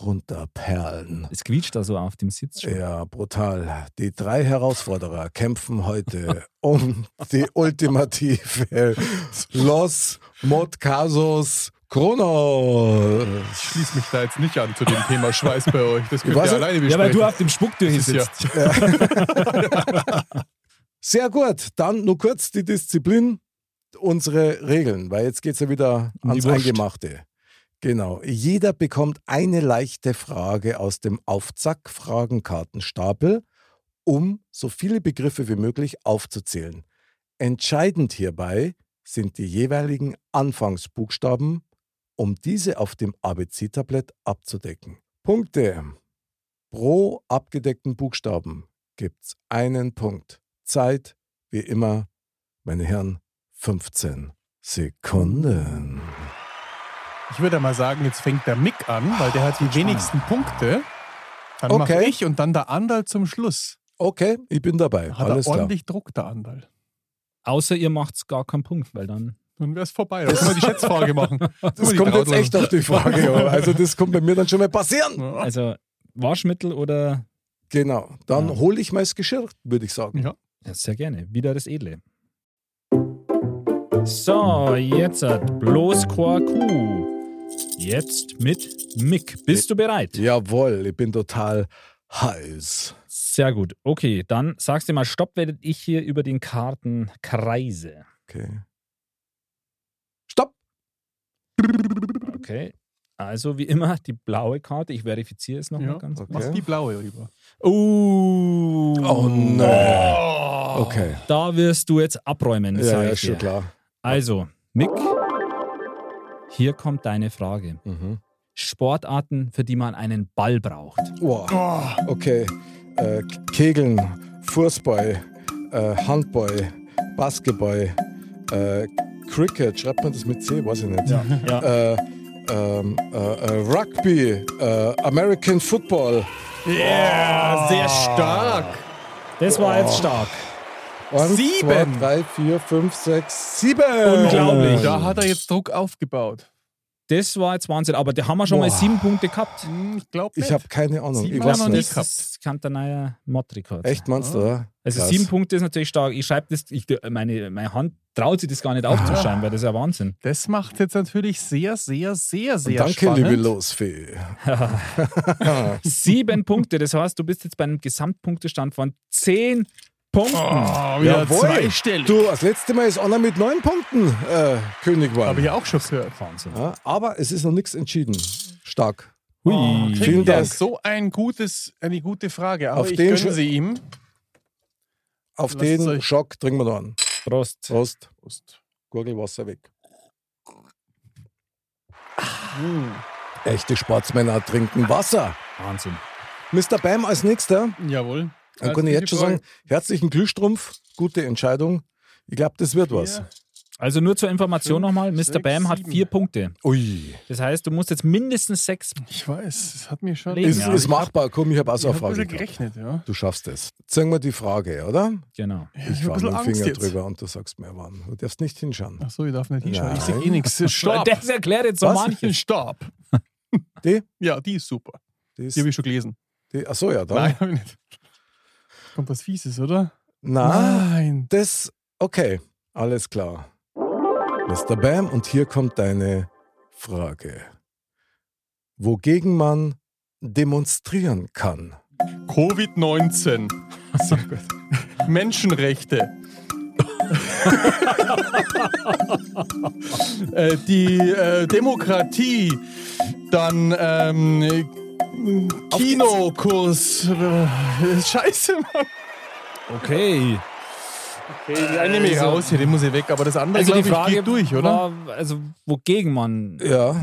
S2: runterperlen.
S3: Es quietscht da so auf dem Sitz schon.
S2: Ja, brutal. Die drei Herausforderer kämpfen heute um die ultimative Los Modcasos Kronos.
S1: Schließ mich da jetzt nicht an zu dem Thema Schweiß bei euch. Das könnt
S2: weiß
S1: ihr
S2: nicht.
S1: alleine besprechen.
S3: Ja, weil du auf dem Spuckdürchen
S1: Das ist ja-
S3: sitzt.
S2: Sehr gut. Dann nur kurz die Disziplin, unsere Regeln, weil jetzt geht es ja wieder
S3: Um die
S2: ans
S3: Wurst.
S2: Eingemachte. Genau. Jeder bekommt eine leichte Frage aus dem Aufzack-Fragenkartenstapel, um so viele Begriffe wie möglich aufzuzählen. Entscheidend hierbei sind die jeweiligen Anfangsbuchstaben, um diese auf dem ABC-Tablett abzudecken. Punkte. Pro abgedeckten Buchstaben gibt's einen Punkt. Zeit, wie immer, meine Herren, 15 Sekunden.
S1: Ich würde mal sagen, jetzt fängt der Mick an, weil der hat die wenigsten Punkte. Dann mache
S2: Okay.
S1: ich und dann der Andal zum Schluss.
S2: Okay, ich bin dabei.
S1: Hat
S2: Alles
S1: er
S2: klar.
S1: ordentlich Druck, der Andal.
S3: Außer ihr macht's gar keinen Punkt, weil dann.
S1: Dann wäre es vorbei. Dann können wir die Schätzfrage machen.
S2: Das kommt jetzt echt auf die Frage. an. Also das kommt bei mir dann schon mal passieren.
S1: Ja.
S3: Also Waschmittel oder.
S2: Genau. Dann
S3: Ja.
S2: hole ich mal das Geschirr, würde ich sagen.
S1: Ja.
S3: Ja, sehr gerne. Wieder das Edle. So, jetzt hat bloß Kuh. Jetzt mit Mick. Bist du bereit?
S2: Jawohl, ich bin total heiß.
S3: Sehr gut. Okay, dann sagst du mal Stopp, werdet ich hier über den Karten kreise.
S2: Okay. Stopp!
S3: Okay. Also wie immer die blaue Karte. Ich verifiziere es nochmal
S1: Ja.
S3: ganz
S2: Okay.
S3: kurz.
S1: Mach die blaue rüber.
S3: Oh,
S2: Oh nein. Okay.
S3: Da wirst du jetzt abräumen,
S2: Ja,
S3: sag
S2: ja,
S3: ich
S2: ist schon
S3: dir.
S2: klar.
S3: Also, Mick, hier kommt deine Frage.
S2: Mhm.
S3: Sportarten, für die man einen Ball braucht.
S2: Oh, okay. Äh, Kegeln, Fußball, äh, Handball, Basketball, äh, Cricket, schreibt man das mit C? Weiß ich nicht.
S3: Ja.
S2: Äh, ähm, äh, äh, Rugby, äh, American Football. Ah,
S1: Ja, sehr stark.
S3: Das war jetzt stark.
S2: Eins,
S1: Sieben.
S2: Zwei, drei, vier, fünf, sechs, sieben.
S3: Unglaublich.
S1: Da hat er jetzt Druck aufgebaut.
S3: Das war jetzt Wahnsinn. Aber da haben wir schon mal
S2: Boah.
S3: sieben Punkte gehabt.
S1: Hm, Ich glaube nicht.
S2: Ich habe keine Ahnung.
S1: Sieben
S2: ich
S1: haben wir
S2: weiß
S1: noch
S2: nicht.
S1: nie
S3: Das ist Kantanaya Modrekord.
S2: Echt, meinst du, oder?
S3: Also
S2: Krass.
S3: sieben Punkte ist natürlich stark. Ich schreibe das, ich, meine, meine Hand traut sich das gar nicht aufzuschreiben, weil das ist ja Wahnsinn.
S1: das macht jetzt natürlich sehr, sehr, sehr, sehr
S2: Danke,
S1: spannend.
S2: liebe Losfee.
S3: Sieben Punkte, das heißt, du bist jetzt bei einem Gesamtpunktestand von zehn Punkten.
S2: Ah,
S1: Oh, wieder zweistellig.
S2: Du, das letzte Mal ist Anna mit neun Punkten äh, König
S1: Habe ich
S2: geworden.
S1: auch schon gehört.
S3: Wahnsinn.
S2: Ja, aber es ist noch nichts entschieden. Stark.
S3: Hui.
S1: Kriegt
S2: Vielen
S1: er
S2: Dank.
S1: so ein gutes, eine gute Frage. Aber
S2: Auf
S1: ich
S2: den
S1: gönne
S2: Schu-
S1: sie ihm.
S2: Auf
S1: Lasst
S2: den
S1: euch-
S2: Schock trinken wir noch an.
S3: Prost.
S2: Prost. Gurgelwasser weg.
S1: Hm.
S2: Echte Sportsmänner trinken Wasser.
S3: Wahnsinn.
S2: Mr. Bam als nächster.
S1: Jawohl.
S2: Dann kann ich jetzt schon sagen, herzlichen Glühstrumpf, gute Entscheidung. Ich glaube, das wird was.
S3: Also nur zur Information nochmal, Mr.
S1: sechs,
S3: Bam hat
S1: sieben.
S3: vier Punkte.
S2: Ui,
S3: Das heißt, du musst jetzt mindestens sechs.
S1: Ich weiß, es hat mir schon.
S3: Legen,
S2: ist,
S3: Ja,
S2: ist machbar. Komm, ich habe auch so
S1: ich
S2: eine
S1: hab ein
S2: Frage.
S1: bisschen
S2: gehabt.
S1: gerechnet, ja.
S2: Du schaffst es. Zeig mir die Frage, oder?
S3: Genau.
S2: Ich
S1: hab
S2: war mit dem
S1: ein bisschen Angst
S2: Finger
S1: jetzt.
S2: drüber und du sagst mir wann. Du darfst nicht hinschauen.
S1: Ach so, ich darf nicht hinschauen. Ich sehe eh
S2: Nein.
S1: nichts. Stopp.
S3: Das erklärt jetzt so
S2: Was?
S3: manchen.
S1: Stopp.
S2: Die?
S1: Ja, die ist super.
S2: Die ist,
S1: Die habe ich schon gelesen.
S2: die, achso, ja, dann.
S1: Nein, habe ich nicht. Kommt was Fieses, oder?
S2: Na,
S1: Nein.
S2: das, okay, alles klar. Mr. Bam, und hier kommt deine Frage. Wogegen man demonstrieren kann.
S1: Covid-19. Menschenrechte. äh, die äh, Demokratie. Dann ähm, Kinokurs. Äh, Scheiße, Mann.
S3: Okay.
S1: Den einen nehme ich raus hier, den muss ich weg. Aber das andere,
S3: Also die
S1: glaube ich,
S3: Frage
S1: geht durch, oder?
S3: War, also wogegen man.
S2: Ja,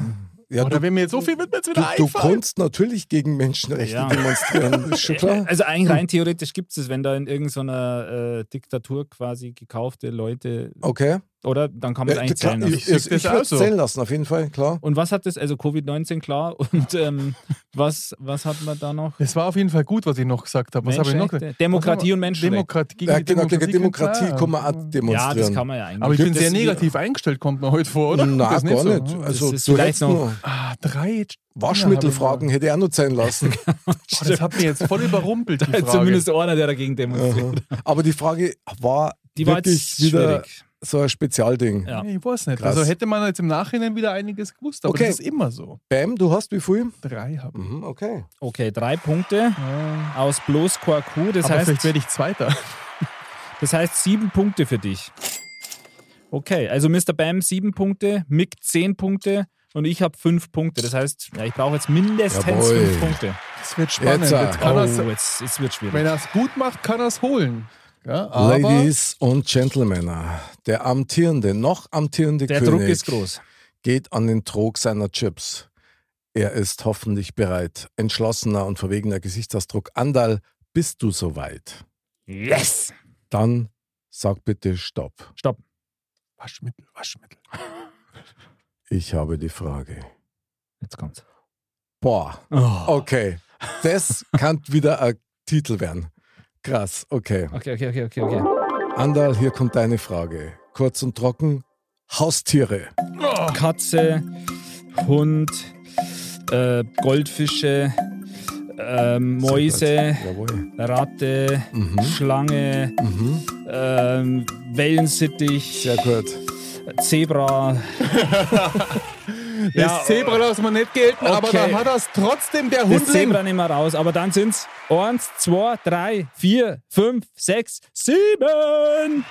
S2: ja
S1: Oder
S2: du,
S1: wenn mir jetzt so viel wird, mir jetzt wieder
S2: du
S1: einfallen.
S2: kannst natürlich gegen Menschenrechte
S3: Ja.
S2: demonstrieren, ist schon klar.
S3: Also eigentlich rein theoretisch gibt es es, wenn da in irgendeiner äh, Diktatur quasi gekaufte Leute,
S2: Okay.
S3: oder? Dann kann man
S2: Ja,
S3: eigentlich ne?
S2: klar,
S3: zählen. lassen.
S2: ich ich,
S1: das
S2: ich
S1: auch
S2: würde es
S1: so.
S2: zählen lassen, auf jeden Fall, klar.
S3: Und was hat das, also Covid-19 klar, und ähm, was, was hat man da noch?
S1: Das war auf jeden Fall gut, was ich noch gesagt habe. Was habe ich noch
S3: Menschenrechte,
S1: gesagt?
S3: Demokratie
S1: Was haben
S3: und
S1: wir?
S3: Menschenrechte.
S1: Demokratie gegen
S2: Ja,
S1: die
S2: genau, gegen Demokratie
S1: kannst du-
S2: kann man auch
S3: Ja,
S2: demonstrieren.
S3: das kann man ja eigentlich.
S1: Aber ich bin
S3: Das-
S1: sehr negativ eingestellt, kommt mir heute vor, oder?
S2: Nein,
S1: Das ist
S2: gar
S1: so.
S2: nicht.
S1: Ah,
S2: Also,
S3: ist
S2: du
S3: vielleicht
S2: hättest
S3: noch-
S2: noch
S1: Ah, drei.
S2: Waschmittelfragen
S1: Ja,
S2: hätte ich auch noch zählen lassen.
S1: hab ich noch. Oh, das hat mich jetzt voll überrumpelt, die Frage.
S3: Zumindest einer, der dagegen demonstriert.
S2: Aha. Aber die Frage war
S3: Die war
S2: wirklich
S3: jetzt
S2: wieder
S3: schwierig.
S2: so ein Spezialding.
S3: Ja.
S1: Ich weiß nicht.
S2: Krass.
S1: Also hätte man jetzt im Nachhinein wieder einiges gewusst, aber
S2: Okay.
S1: das ist immer so.
S2: Bam, du hast wie viel?
S1: Drei haben.
S2: Mhm, okay.
S3: Okay, drei Punkte
S1: Ja.
S3: aus bloß Quarku. Das,
S1: aber vielleicht
S3: heißt,
S1: werde ich Zweiter.
S3: das heißt sieben Punkte für dich. Okay, also Mr. Bam sieben Punkte, Mick zehn Punkte und ich habe fünf Punkte. Das heißt, ja, ich brauche jetzt mindestens
S2: Jawohl.
S3: fünf Punkte.
S1: Das wird spannend.
S2: Jetzt,
S1: Jetzt,
S2: äh,
S1: kann er's,
S3: oh, jetzt, jetzt wird
S1: wenn
S3: schwierig.
S1: er es gut macht, kann er es holen. Ja, aber
S2: Ladies und Gentlemen, der amtierende, noch amtierende
S3: Der
S2: König
S3: Druck ist groß.
S2: geht an den Trog seiner Chips. Er ist hoffentlich bereit. Entschlossener und verwegener Gesichtsausdruck. Andal, bist du soweit?
S3: Yes!
S2: Dann sag bitte Stopp.
S3: Stopp.
S1: Waschmittel, Waschmittel.
S2: Ich habe die Frage.
S3: Jetzt kommt's.
S2: Boah,
S3: Oh.
S2: okay. Das kann wieder ein Titel werden. Krass, okay.
S3: Okay, okay, okay, okay, okay.
S2: Andal, hier kommt deine Frage. Kurz und trocken. Haustiere.
S3: Katze, Hund, äh, Goldfische, äh, Mäuse,
S2: Jawohl.
S3: Ratte,
S2: Mhm.
S3: Schlange,
S2: Mhm.
S3: ähm, Wellensittich,
S2: Sehr gut.
S3: Zebra.
S1: Das Zebra lässt man nicht gelten, aber
S3: Okay.
S1: da hat das trotzdem der
S3: Das
S1: Hundling.
S3: Zebra nehmen wir raus, aber dann sind's eins, zwei, drei, vier, fünf, sechs, sieben.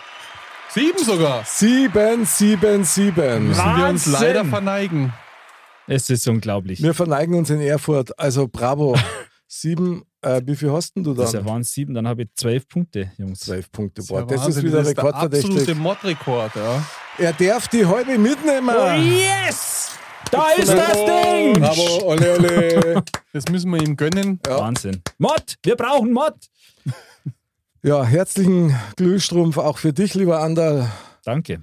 S1: Sieben sogar.
S2: Sieben, sieben, sieben.
S1: Müssen wir uns
S3: Wahnsinn.
S1: leider verneigen.
S3: Es ist unglaublich.
S2: Wir verneigen uns in Erfurt. Also bravo. Sieben, äh, wie viel hast denn du
S3: Das ja
S2: da?
S3: waren sieben, dann habe ich zwölf Punkte, Jungs.
S2: Zwölf Punkte.
S1: Ja,
S2: Boah, das ist
S1: Wahnsinn,
S2: wieder
S1: der absolute
S2: rekordverdächtig.
S1: Modrekord, ja.
S2: Er darf die halbe mitnehmen.
S3: Oh yes! Da ist das Ding!
S2: Bravo, ole, ole.
S1: Das müssen wir ihm gönnen.
S3: Wahnsinn. Mod! Wir brauchen Mod!
S2: ja, herzlichen Glühstrumpf auch für dich, lieber Anderl.
S3: Danke.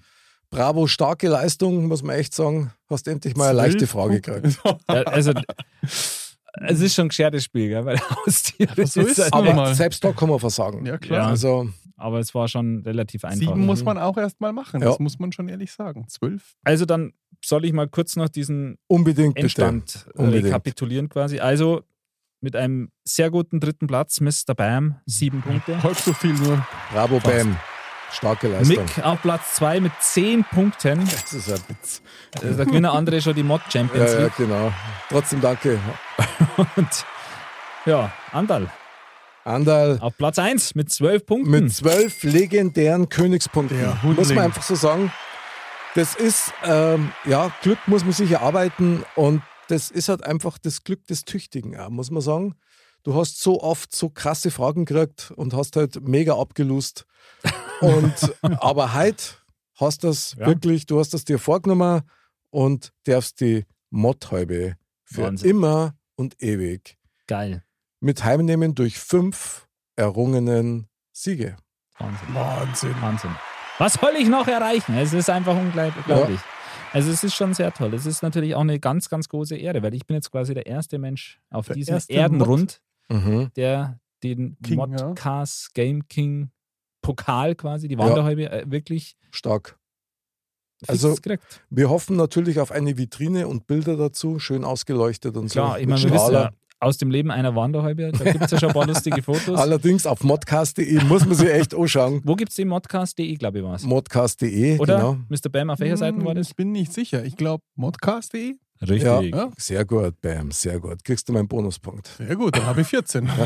S2: Bravo, starke Leistung, muss man echt sagen. Hast endlich mal eine leichte
S1: Zwölf
S2: Frage gekriegt.
S3: Ja, Also, es ist schon ein gescheites Spiel, gell? weil Haustiere
S1: so ist es.
S3: aber,
S1: Nochmal.
S2: Aber selbst da kann man versagen.
S1: Ja, klar.
S3: Ja.
S2: Also,
S3: aber es war schon relativ einfach.
S1: Sieben muss man auch erst mal machen.
S2: Ja.
S1: Das muss man schon ehrlich sagen. Zwölf.
S3: Also, dann soll ich mal kurz noch diesen
S2: unbedingt bitte.
S3: Endstand äh,
S2: Unbedingt.
S3: rekapitulieren quasi. Also mit einem sehr guten dritten Platz, Mr. Bam, sieben Punkte.
S1: Halb so viel nur.
S2: Bravo, Bam. Starke Leistung.
S3: Mick auf Platz zwei mit zehn Punkten.
S2: Das ist ein Witz.
S3: Also Da gewinnen andere schon die Mod
S2: Ja,
S3: Champions
S2: ja,
S3: League.
S2: genau. Trotzdem danke.
S3: Und ja, Andal
S2: Andal,
S3: auf Platz eins mit zwölf Punkten.
S2: mit zwölf legendären Königspunkten.
S1: Der Hundling.
S2: muss man einfach so sagen. Das ist, ähm, ja, Glück muss man sich erarbeiten und das ist halt einfach das Glück des Tüchtigen, auch, muss man sagen. Du hast so oft so krasse Fragen gekriegt und hast halt mega abgelust. Und, aber heute hast das
S3: Ja.
S2: wirklich, du hast das dir vorgenommen und darfst die Motthäube für
S3: Wahnsinn.
S2: immer und ewig
S3: Geil.
S2: mit heimnehmen durch fünf errungenen Siege.
S3: Wahnsinn.
S1: Wahnsinn.
S3: Wahnsinn. Was soll ich noch erreichen? Es ist einfach unglaublich. unglaublich. Also es ist schon sehr toll. Es ist natürlich auch eine ganz, ganz große Ehre, weil ich bin jetzt quasi der erste Mensch auf
S1: Der
S3: diesem
S1: erste
S3: Erdenrund,
S2: Mhm.
S3: der den
S1: King,
S3: Modcast Game King Pokal quasi, die
S2: Ja.
S3: Wanderhäube, äh, wirklich
S2: Stark.
S3: fix
S2: Also,
S3: gekriegt.
S2: Wir hoffen natürlich auf eine Vitrine und Bilder dazu, schön ausgeleuchtet und so.
S3: Klar, ich
S2: mit
S3: meine, wir wissen
S2: Strahler.
S3: ja, aus dem Leben einer Wanderhäube, da gibt es ja schon ein paar lustige Fotos.
S2: Allerdings auf modcast.de muss man sich echt anschauen.
S3: Wo gibt es den Modcast.de, glaube ich, war es.
S2: Modcast.de,
S3: Oder,
S2: genau. Mm.
S3: Mr. Bam, auf welcher Seite war das?
S1: Ich bin nicht sicher. Ich glaube, modcast.de.
S2: Richtig.
S1: Ja?
S2: Sehr gut, Bam, sehr gut. Kriegst du meinen Bonuspunkt.
S1: Sehr gut, dann habe ich 14. Nein,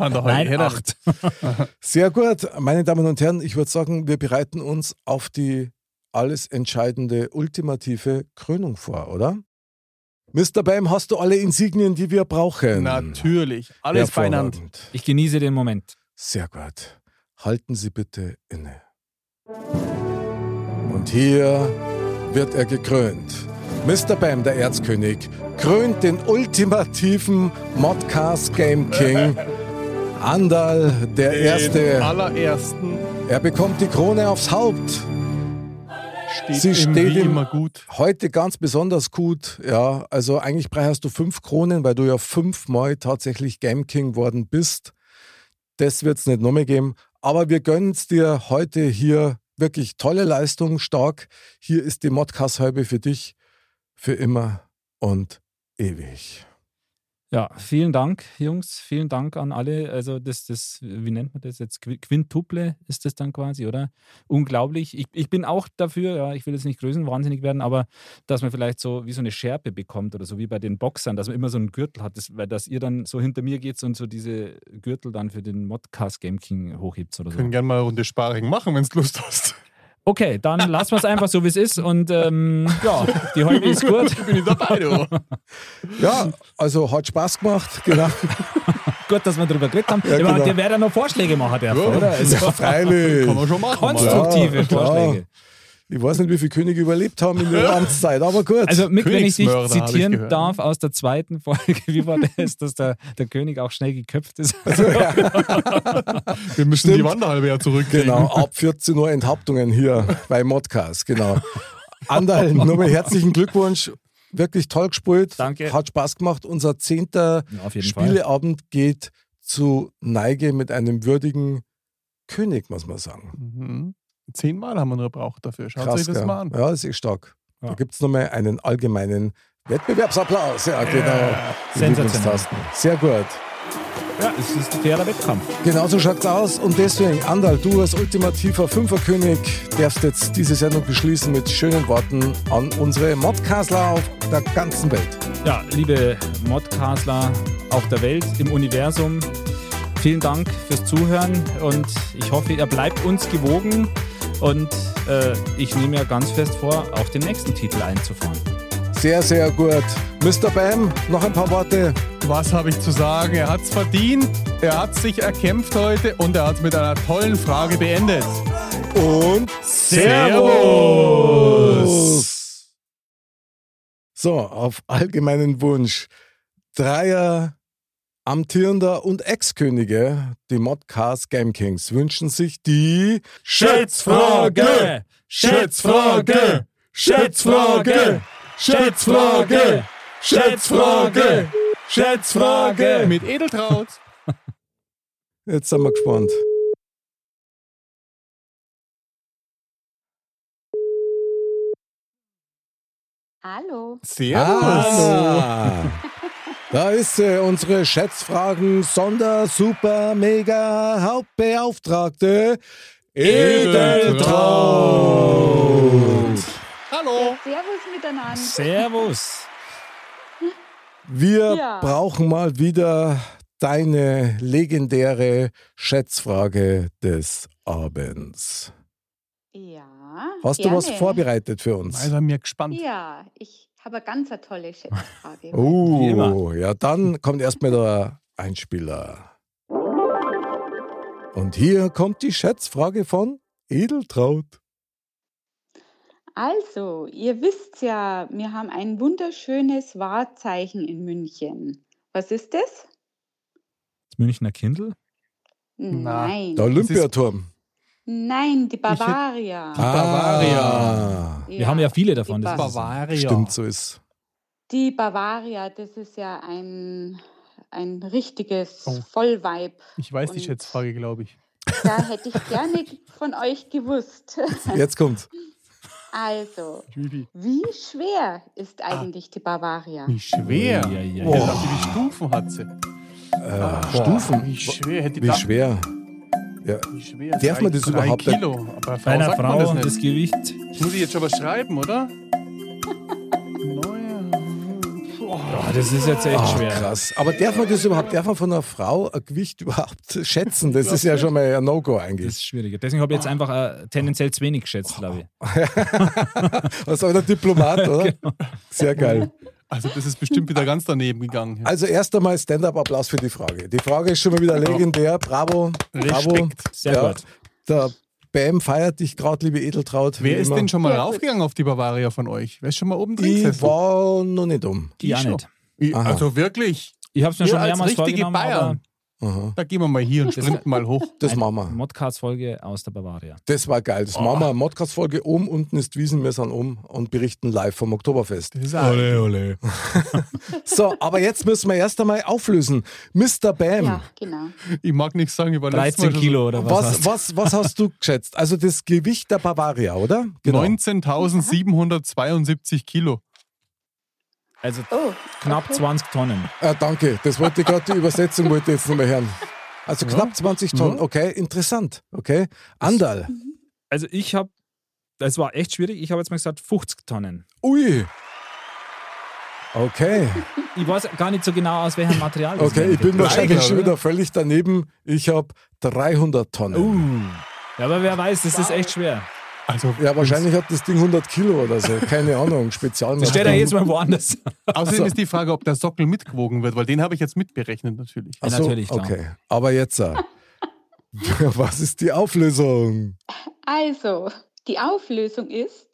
S1: waren doch
S3: Nein,
S1: heute.
S3: acht.
S2: Sehr gut, meine Damen und Herren, ich würde sagen, wir bereiten uns auf die alles entscheidende, ultimative Krönung vor, oder? Mr. Bam, hast du alle Insignien, die wir brauchen?
S1: Natürlich. Alles
S2: Hervorragend.
S1: beieinander.
S3: Ich genieße den Moment.
S2: Sehr gut. Halten Sie bitte inne. Und hier wird er gekrönt. Mr. Bam, der Erzkönig, krönt den ultimativen Modcast Game King. Andal, der
S1: Den
S2: Erste.
S1: allerersten
S2: Er bekommt die Krone aufs Haupt.
S1: steht
S2: Sie
S1: im
S2: steht
S1: Wie
S2: im-
S1: immer gut.
S2: Heute ganz besonders gut. Ja, also eigentlich brauchst du fünf Kronen, weil du ja fünfmal tatsächlich Game King worden bist. Das wird es nicht nochmal geben. Aber wir gönnen es dir heute hier wirklich tolle Leistung, stark. Hier ist die Modcast-Halbe für dich für immer und ewig.
S3: Ja, vielen Dank, Jungs. Vielen Dank an alle. Also das, das, wie nennt man das jetzt? Qui- Quintuple ist das dann quasi, oder? Unglaublich. Ich, ich bin auch dafür, ja, ich will jetzt nicht größenwahnsinnig werden, aber dass man vielleicht so wie so eine Schärpe bekommt oder so wie bei den Boxern, dass man immer so einen Gürtel hat, das, weil dass ihr dann so hinter mir geht und so diese Gürtel dann für den Modcast Game King hochhebt oder so.
S1: Können gerne mal eine Runde Sparring machen, wenn es Lust hast.
S3: Okay, dann lassen wir es einfach so, wie es ist. Und ähm, ja, die Häube ist gut.
S1: Bin ich dabei, du.
S2: Ja, also hat Spaß gemacht. Genau.
S3: gut, dass wir drüber geredet haben.
S2: Ja,
S3: ich meine,
S2: genau.
S3: der wäre ja noch Vorschläge machen dürfen, oder? Es
S2: Ja, freilich.
S1: Kann man schon machen.
S2: Konstrukt.
S3: konstruktive
S2: Ja, klar.
S3: Vorschläge.
S2: Ich weiß nicht, wie viele Könige überlebt haben in ihrer Amtszeit, aber gut.
S3: Also, Mick, wenn ich dich
S1: Königsmörder, hab ich
S3: zitieren
S1: gehört.
S3: darf aus der zweiten Folge, wie war das, dass der, der König auch schnell geköpft ist?
S1: Wir müssen die
S2: Stimmt.
S1: Wanderhalbe ja zurückkriegen.
S2: genau, ab 14 Uhr Enthauptungen hier bei Modcast, genau. Anderl, nochmal herzlichen Glückwunsch. Wirklich toll gespielt.
S3: Danke.
S2: Hat Spaß gemacht. Unser zehnter
S3: Ja, auf jeden Fall.
S2: Spieleabend geht zu Neige mit einem würdigen König, muss man sagen.
S1: Mhm. Zehnmal haben wir ihn gebraucht dafür. Schaut euch das
S2: gell?
S1: mal an.
S2: Ja, ist eh stark.
S3: Ja.
S2: Da gibt es nochmal einen allgemeinen Wettbewerbsapplaus. Ja, genau. Die
S3: Sensationell.
S2: Lieblingstasten. Sehr gut.
S3: Ja, es ist ein fairer Wettkampf.
S2: Genauso schaut's aus. Und deswegen, Andal, du als ultimativer Fünferkönig darfst jetzt diese Sendung beschließen mit schönen Worten an unsere Modcastler auf der ganzen Welt.
S3: Ja, liebe Modcastler auf der Welt, im Universum, vielen Dank fürs Zuhören und ich hoffe, ihr bleibt uns gewogen und äh, ich nehme ja ganz fest vor, auf den nächsten Titel einzufahren.
S2: Sehr, sehr gut. Mr. Bam, noch ein paar Worte.
S1: Was habe ich zu sagen? Er hat's verdient, er hat sich erkämpft heute und er hat mit einer tollen Frage beendet.
S2: Und Servus! So, auf allgemeinen Wunsch dreier amtierender und Ex-Könige, die Modcast Game Kings, wünschen sich die
S3: Schätzfrage! Schätzfrage! Schätzfrage! Schätzfrage! Schätzfrage! Schätzfrage!
S1: Mit Edeltraut.
S2: Jetzt sind wir gespannt.
S6: Hallo.
S1: Ah. Servus.
S2: Ah. Da ist sie, unsere Schätzfragen Sonder Super Mega Hauptbeauftragte Edeltraut.
S1: Hallo.
S6: Servus miteinander.
S3: Servus!
S2: Wir
S6: Ja.
S2: brauchen mal wieder deine legendäre Schätzfrage des Abends.
S6: ja.
S2: Hast du
S6: gerne.
S2: was vorbereitet für uns?
S1: Also mir gespannt.
S6: Ja, ich habe eine ganz eine tolle Schätzfrage.
S3: Wie immer.
S2: Oh, ja, dann kommt erstmal der Einspieler. Und hier kommt die Schätzfrage von Edeltraut.
S6: Also, ihr wisst ja, wir haben ein wunderschönes Wahrzeichen in München. Was ist das?
S3: Das Münchner Kindl?
S1: Na,
S6: Nein.
S2: Der Olympiaturm.
S6: Nein, die Bavaria.
S2: Ah, Bavaria.
S3: Wir haben ja viele davon.
S6: Die,
S3: Das
S6: ba
S3: ist
S1: Bavaria.
S2: Ah, Stimmt, so ist.
S6: die Bavaria, das ist ja ein, ein richtiges
S1: Oh.
S6: Vollweib.
S1: Ich weiß die
S6: Und-
S1: Schätzfrage, glaube ich.
S6: Da hätte ich gerne von euch gewusst.
S2: Jetzt kommt.
S6: Also,
S1: Wie
S6: Wie schwer ist eigentlich die Bavaria?
S1: schwer.
S3: Ja, ja, ja.
S1: Ich dachte, wie Stufen hat sie.
S2: Stufen?
S1: Wie schwer hätte ich
S2: Wie
S1: gedacht,
S2: schwer? Ja.
S1: wie schwer.
S2: Darf
S1: Drei-
S2: man das
S1: drei
S2: überhaupt-
S1: Kilo. Aber Frau
S3: Bei einer
S1: sagt man
S3: Frau das,
S1: das nicht.
S3: Gewicht.
S1: Das muss ich jetzt schon was schreiben, oder? Neue. Boah.
S3: Ah, das ist jetzt echt
S2: Ah,
S3: schwer.
S2: krass. Aber darf man das überhaupt, darf man von einer Frau ein Gewicht überhaupt schätzen? Das ist ja schon mal ein No-Go
S3: Das
S2: eigentlich.
S3: ist schwieriger. Deswegen habe ich jetzt einfach äh, tendenziell zu wenig geschätzt,
S1: Oh,
S3: glaube ich.
S2: Was soll der Diplomat, oder? Sehr geil.
S1: Also das ist bestimmt wieder ganz daneben gegangen.
S2: Also erst einmal Stand-up-Applaus für die Frage. Die Frage ist schon mal wieder legendär. Bravo. Bravo.
S1: Genau. Respekt.
S3: Sehr gut.
S2: Der Bam feiert dich gerade, liebe Edeltraut.
S1: Wer
S2: wie
S1: ist
S2: immer.
S1: denn schon mal
S6: Ja, gut.
S1: raufgegangen auf die Bavaria von euch? Wer ist schon mal oben drin
S2: Ich
S1: gesessen?
S2: war noch nicht um.
S3: Die auch
S1: schon.
S3: nicht.
S1: Ich-
S2: Aha.
S1: Also wirklich,
S3: Ich habe es mir
S1: Ihr
S3: schon
S1: als
S3: mehrmals
S1: richtige
S3: vorgenommen,
S1: Bayern.
S2: Aha.
S1: da gehen wir mal hier und sprinten mal hoch.
S2: Das
S3: Ein-
S2: machen wir.
S3: aber Modcast-Folge aus der Bavaria.
S2: Das war geil. Das machen wir
S1: Oh.
S2: eine Modcast-Folge. Oben unten ist Wiesen, wir sind um und berichten live vom Oktoberfest.
S1: Das ist auch
S2: ole. so, aber jetzt müssen wir erst einmal auflösen. Mr. Bam,
S6: Ja, genau.
S1: ich mag nichts sagen, ich war letztes
S3: 13
S1: Mal schon
S3: Kilo oder was?
S2: was,
S3: hast du?
S2: was, was hast du geschätzt? Also das Gewicht der Bavaria, oder? Genau.
S1: so 19.772 Kilo.
S3: Also
S6: Oh,
S3: knapp 20 Tonnen.
S2: Äh, danke, das wollte ich gerade, die Übersetzung wollte ich jetzt nochmal hören. Also knapp 20 Tonnen,
S1: Ja.
S2: okay, interessant, okay. Andal,
S3: Also ich habe, das war echt schwierig, ich habe jetzt mal gesagt 50 Tonnen.
S2: ui. Okay,
S3: Ich weiß gar nicht so genau, aus welchem Material das
S2: okay,
S3: ist.
S2: ich bin wahrscheinlich
S1: Leider,
S2: schon
S1: oder?
S2: wieder völlig daneben. Ich habe 300 Tonnen.
S3: Uh. Ja, aber wer weiß, das ist echt schwer.
S1: Also,
S2: Ja, wahrscheinlich hat das Ding 100 Kilo oder so. Keine Ahnung.
S7: Das stellt er
S2: Spezialmaßnahme.
S7: jetzt mal woanders.
S2: Also-
S1: Außerdem ist die Frage, ob der Sockel mitgewogen wird, weil den habe ich jetzt mitberechnet natürlich.
S2: Ach so,
S7: Natürlich, klar.
S2: Okay, aber jetzt. äh, Was ist die Auflösung?
S6: Also, die Auflösung ist,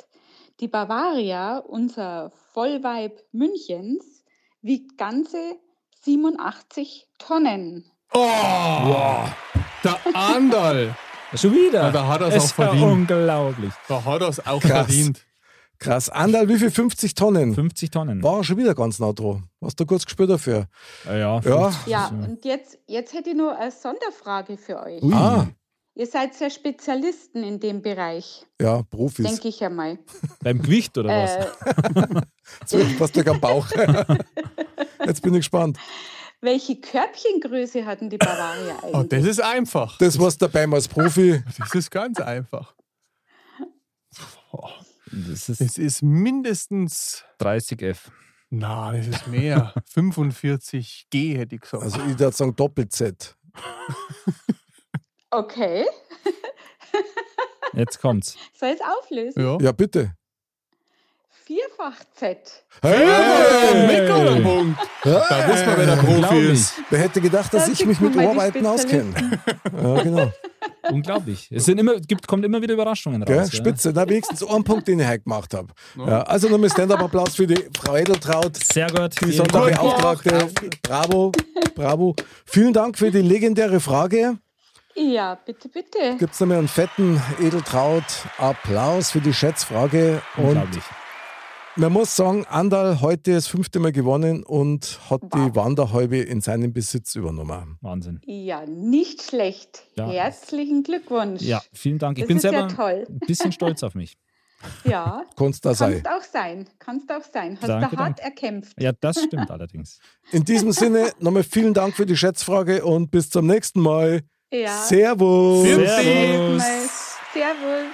S6: die Bavaria, unser Vollweib Münchens, wiegt ganze 87 Tonnen.
S1: Oh! Der Andal!
S7: Schon wieder.
S1: Ja, da hat er's
S7: Ist
S1: auch verdient.
S7: Ja unglaublich.
S1: Da hat er es auch
S2: Krass.
S1: verdient.
S2: Krass. Andal, wie viel? 50 Tonnen?
S7: 50 Tonnen.
S2: War schon wieder ganz nah dran. Hast du kurz gespürt dafür?
S7: Ja, ja.
S2: Ja.
S6: Ja, und jetzt, jetzt hätte ich nur eine Sonderfrage für euch.
S7: Ui.
S2: Ah,
S6: Ihr seid ja Spezialisten in dem Bereich,
S2: ja, Profis.
S6: denke ich einmal.
S7: Beim Gewicht oder was?
S6: Äh,
S2: Jetzt passt gleich am Bauch. Jetzt bin ich gespannt.
S6: welche Körbchengröße hatten die Bavaria
S1: Oh,
S6: eigentlich?
S1: das ist einfach.
S2: Das war's dabei als Profi.
S1: Das ist ganz einfach.
S7: Das ist
S1: Das ist mindestens,
S7: 30F.
S1: na, das ist mehr. 45G hätte ich gesagt.
S2: Also ich würde sagen Doppel-Z.
S6: Okay,
S7: Jetzt kommt's.
S6: soll ich es auflösen?
S1: ja.
S2: Ja, bitte.
S6: Vierfach Z.
S1: Hey,
S7: Hey!
S1: Mikro der Punkt. Da wissen wir, wer
S3: Äh,
S1: der Profi
S7: Unglaublich.
S1: ist.
S2: Wer hätte gedacht, dass
S6: Da
S2: ich
S6: sieht
S2: mich
S6: man
S2: mit
S6: mal die
S2: Ohrarbeiten auskenne? Ja, genau.
S7: Unglaublich. Es sind immer, gibt, kommt immer wieder Überraschungen raus.
S2: Gell?
S7: ja.
S2: Spitze. Na, wenigstens einen Punkt, den ich heute gemacht habe. Ja, also nochmal Stand-Up-Applaus für die Frau Edeltraut.
S7: Sehr gut.
S2: Die Sonderbeauftragte. Bravo, bravo. Vielen Dank für die legendäre Frage.
S6: Ja, bitte, bitte.
S2: Gibt es nochmal einen fetten Edeltraut-Applaus für die Schätzfrage. Und
S7: Unglaublich.
S2: man muss sagen, Andal heute das fünfte Mal gewonnen und hat die Wanderhalbe in seinen Besitz übernommen.
S7: Wahnsinn.
S6: Ja, nicht schlecht.
S7: Ja, das-
S6: Herzlichen Glückwunsch.
S7: Ja, vielen Dank. Ich
S6: Das
S7: bin
S6: ist ja
S7: selber
S6: toll.
S7: ein bisschen stolz auf mich.
S6: ja
S2: Kannst da sein.
S6: kannst auch sein. Kannst auch sein. Hast
S7: Danke,
S6: du hart
S7: danke.
S6: erkämpft.
S7: Ja, das stimmt allerdings.
S2: In diesem Sinne nochmal vielen Dank für die Schätzfrage und bis zum nächsten Mal.
S6: Ja.
S2: Servus.
S1: Servus.
S7: Servus.
S6: Servus.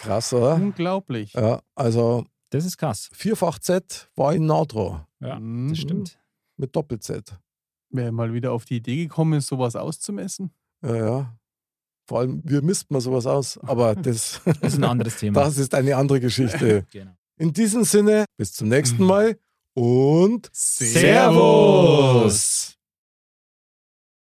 S2: Krass, oder?
S1: Unglaublich.
S2: Ja, also
S7: Das ist krass.
S2: vierfach Z war in Nadra
S7: Ja,
S1: Mhm.
S7: das stimmt.
S2: mit Doppel-Z.
S1: Wer mal wieder auf die Idee gekommen ist, sowas auszumessen.
S2: Ja, ja. Vor allem, wie misst man sowas aus? Aber das,
S7: Das ist ein anderes Thema.
S2: das ist äh, eine andere Geschichte.
S7: genau.
S2: In diesem Sinne, bis zum nächsten Mal und
S7: Servus.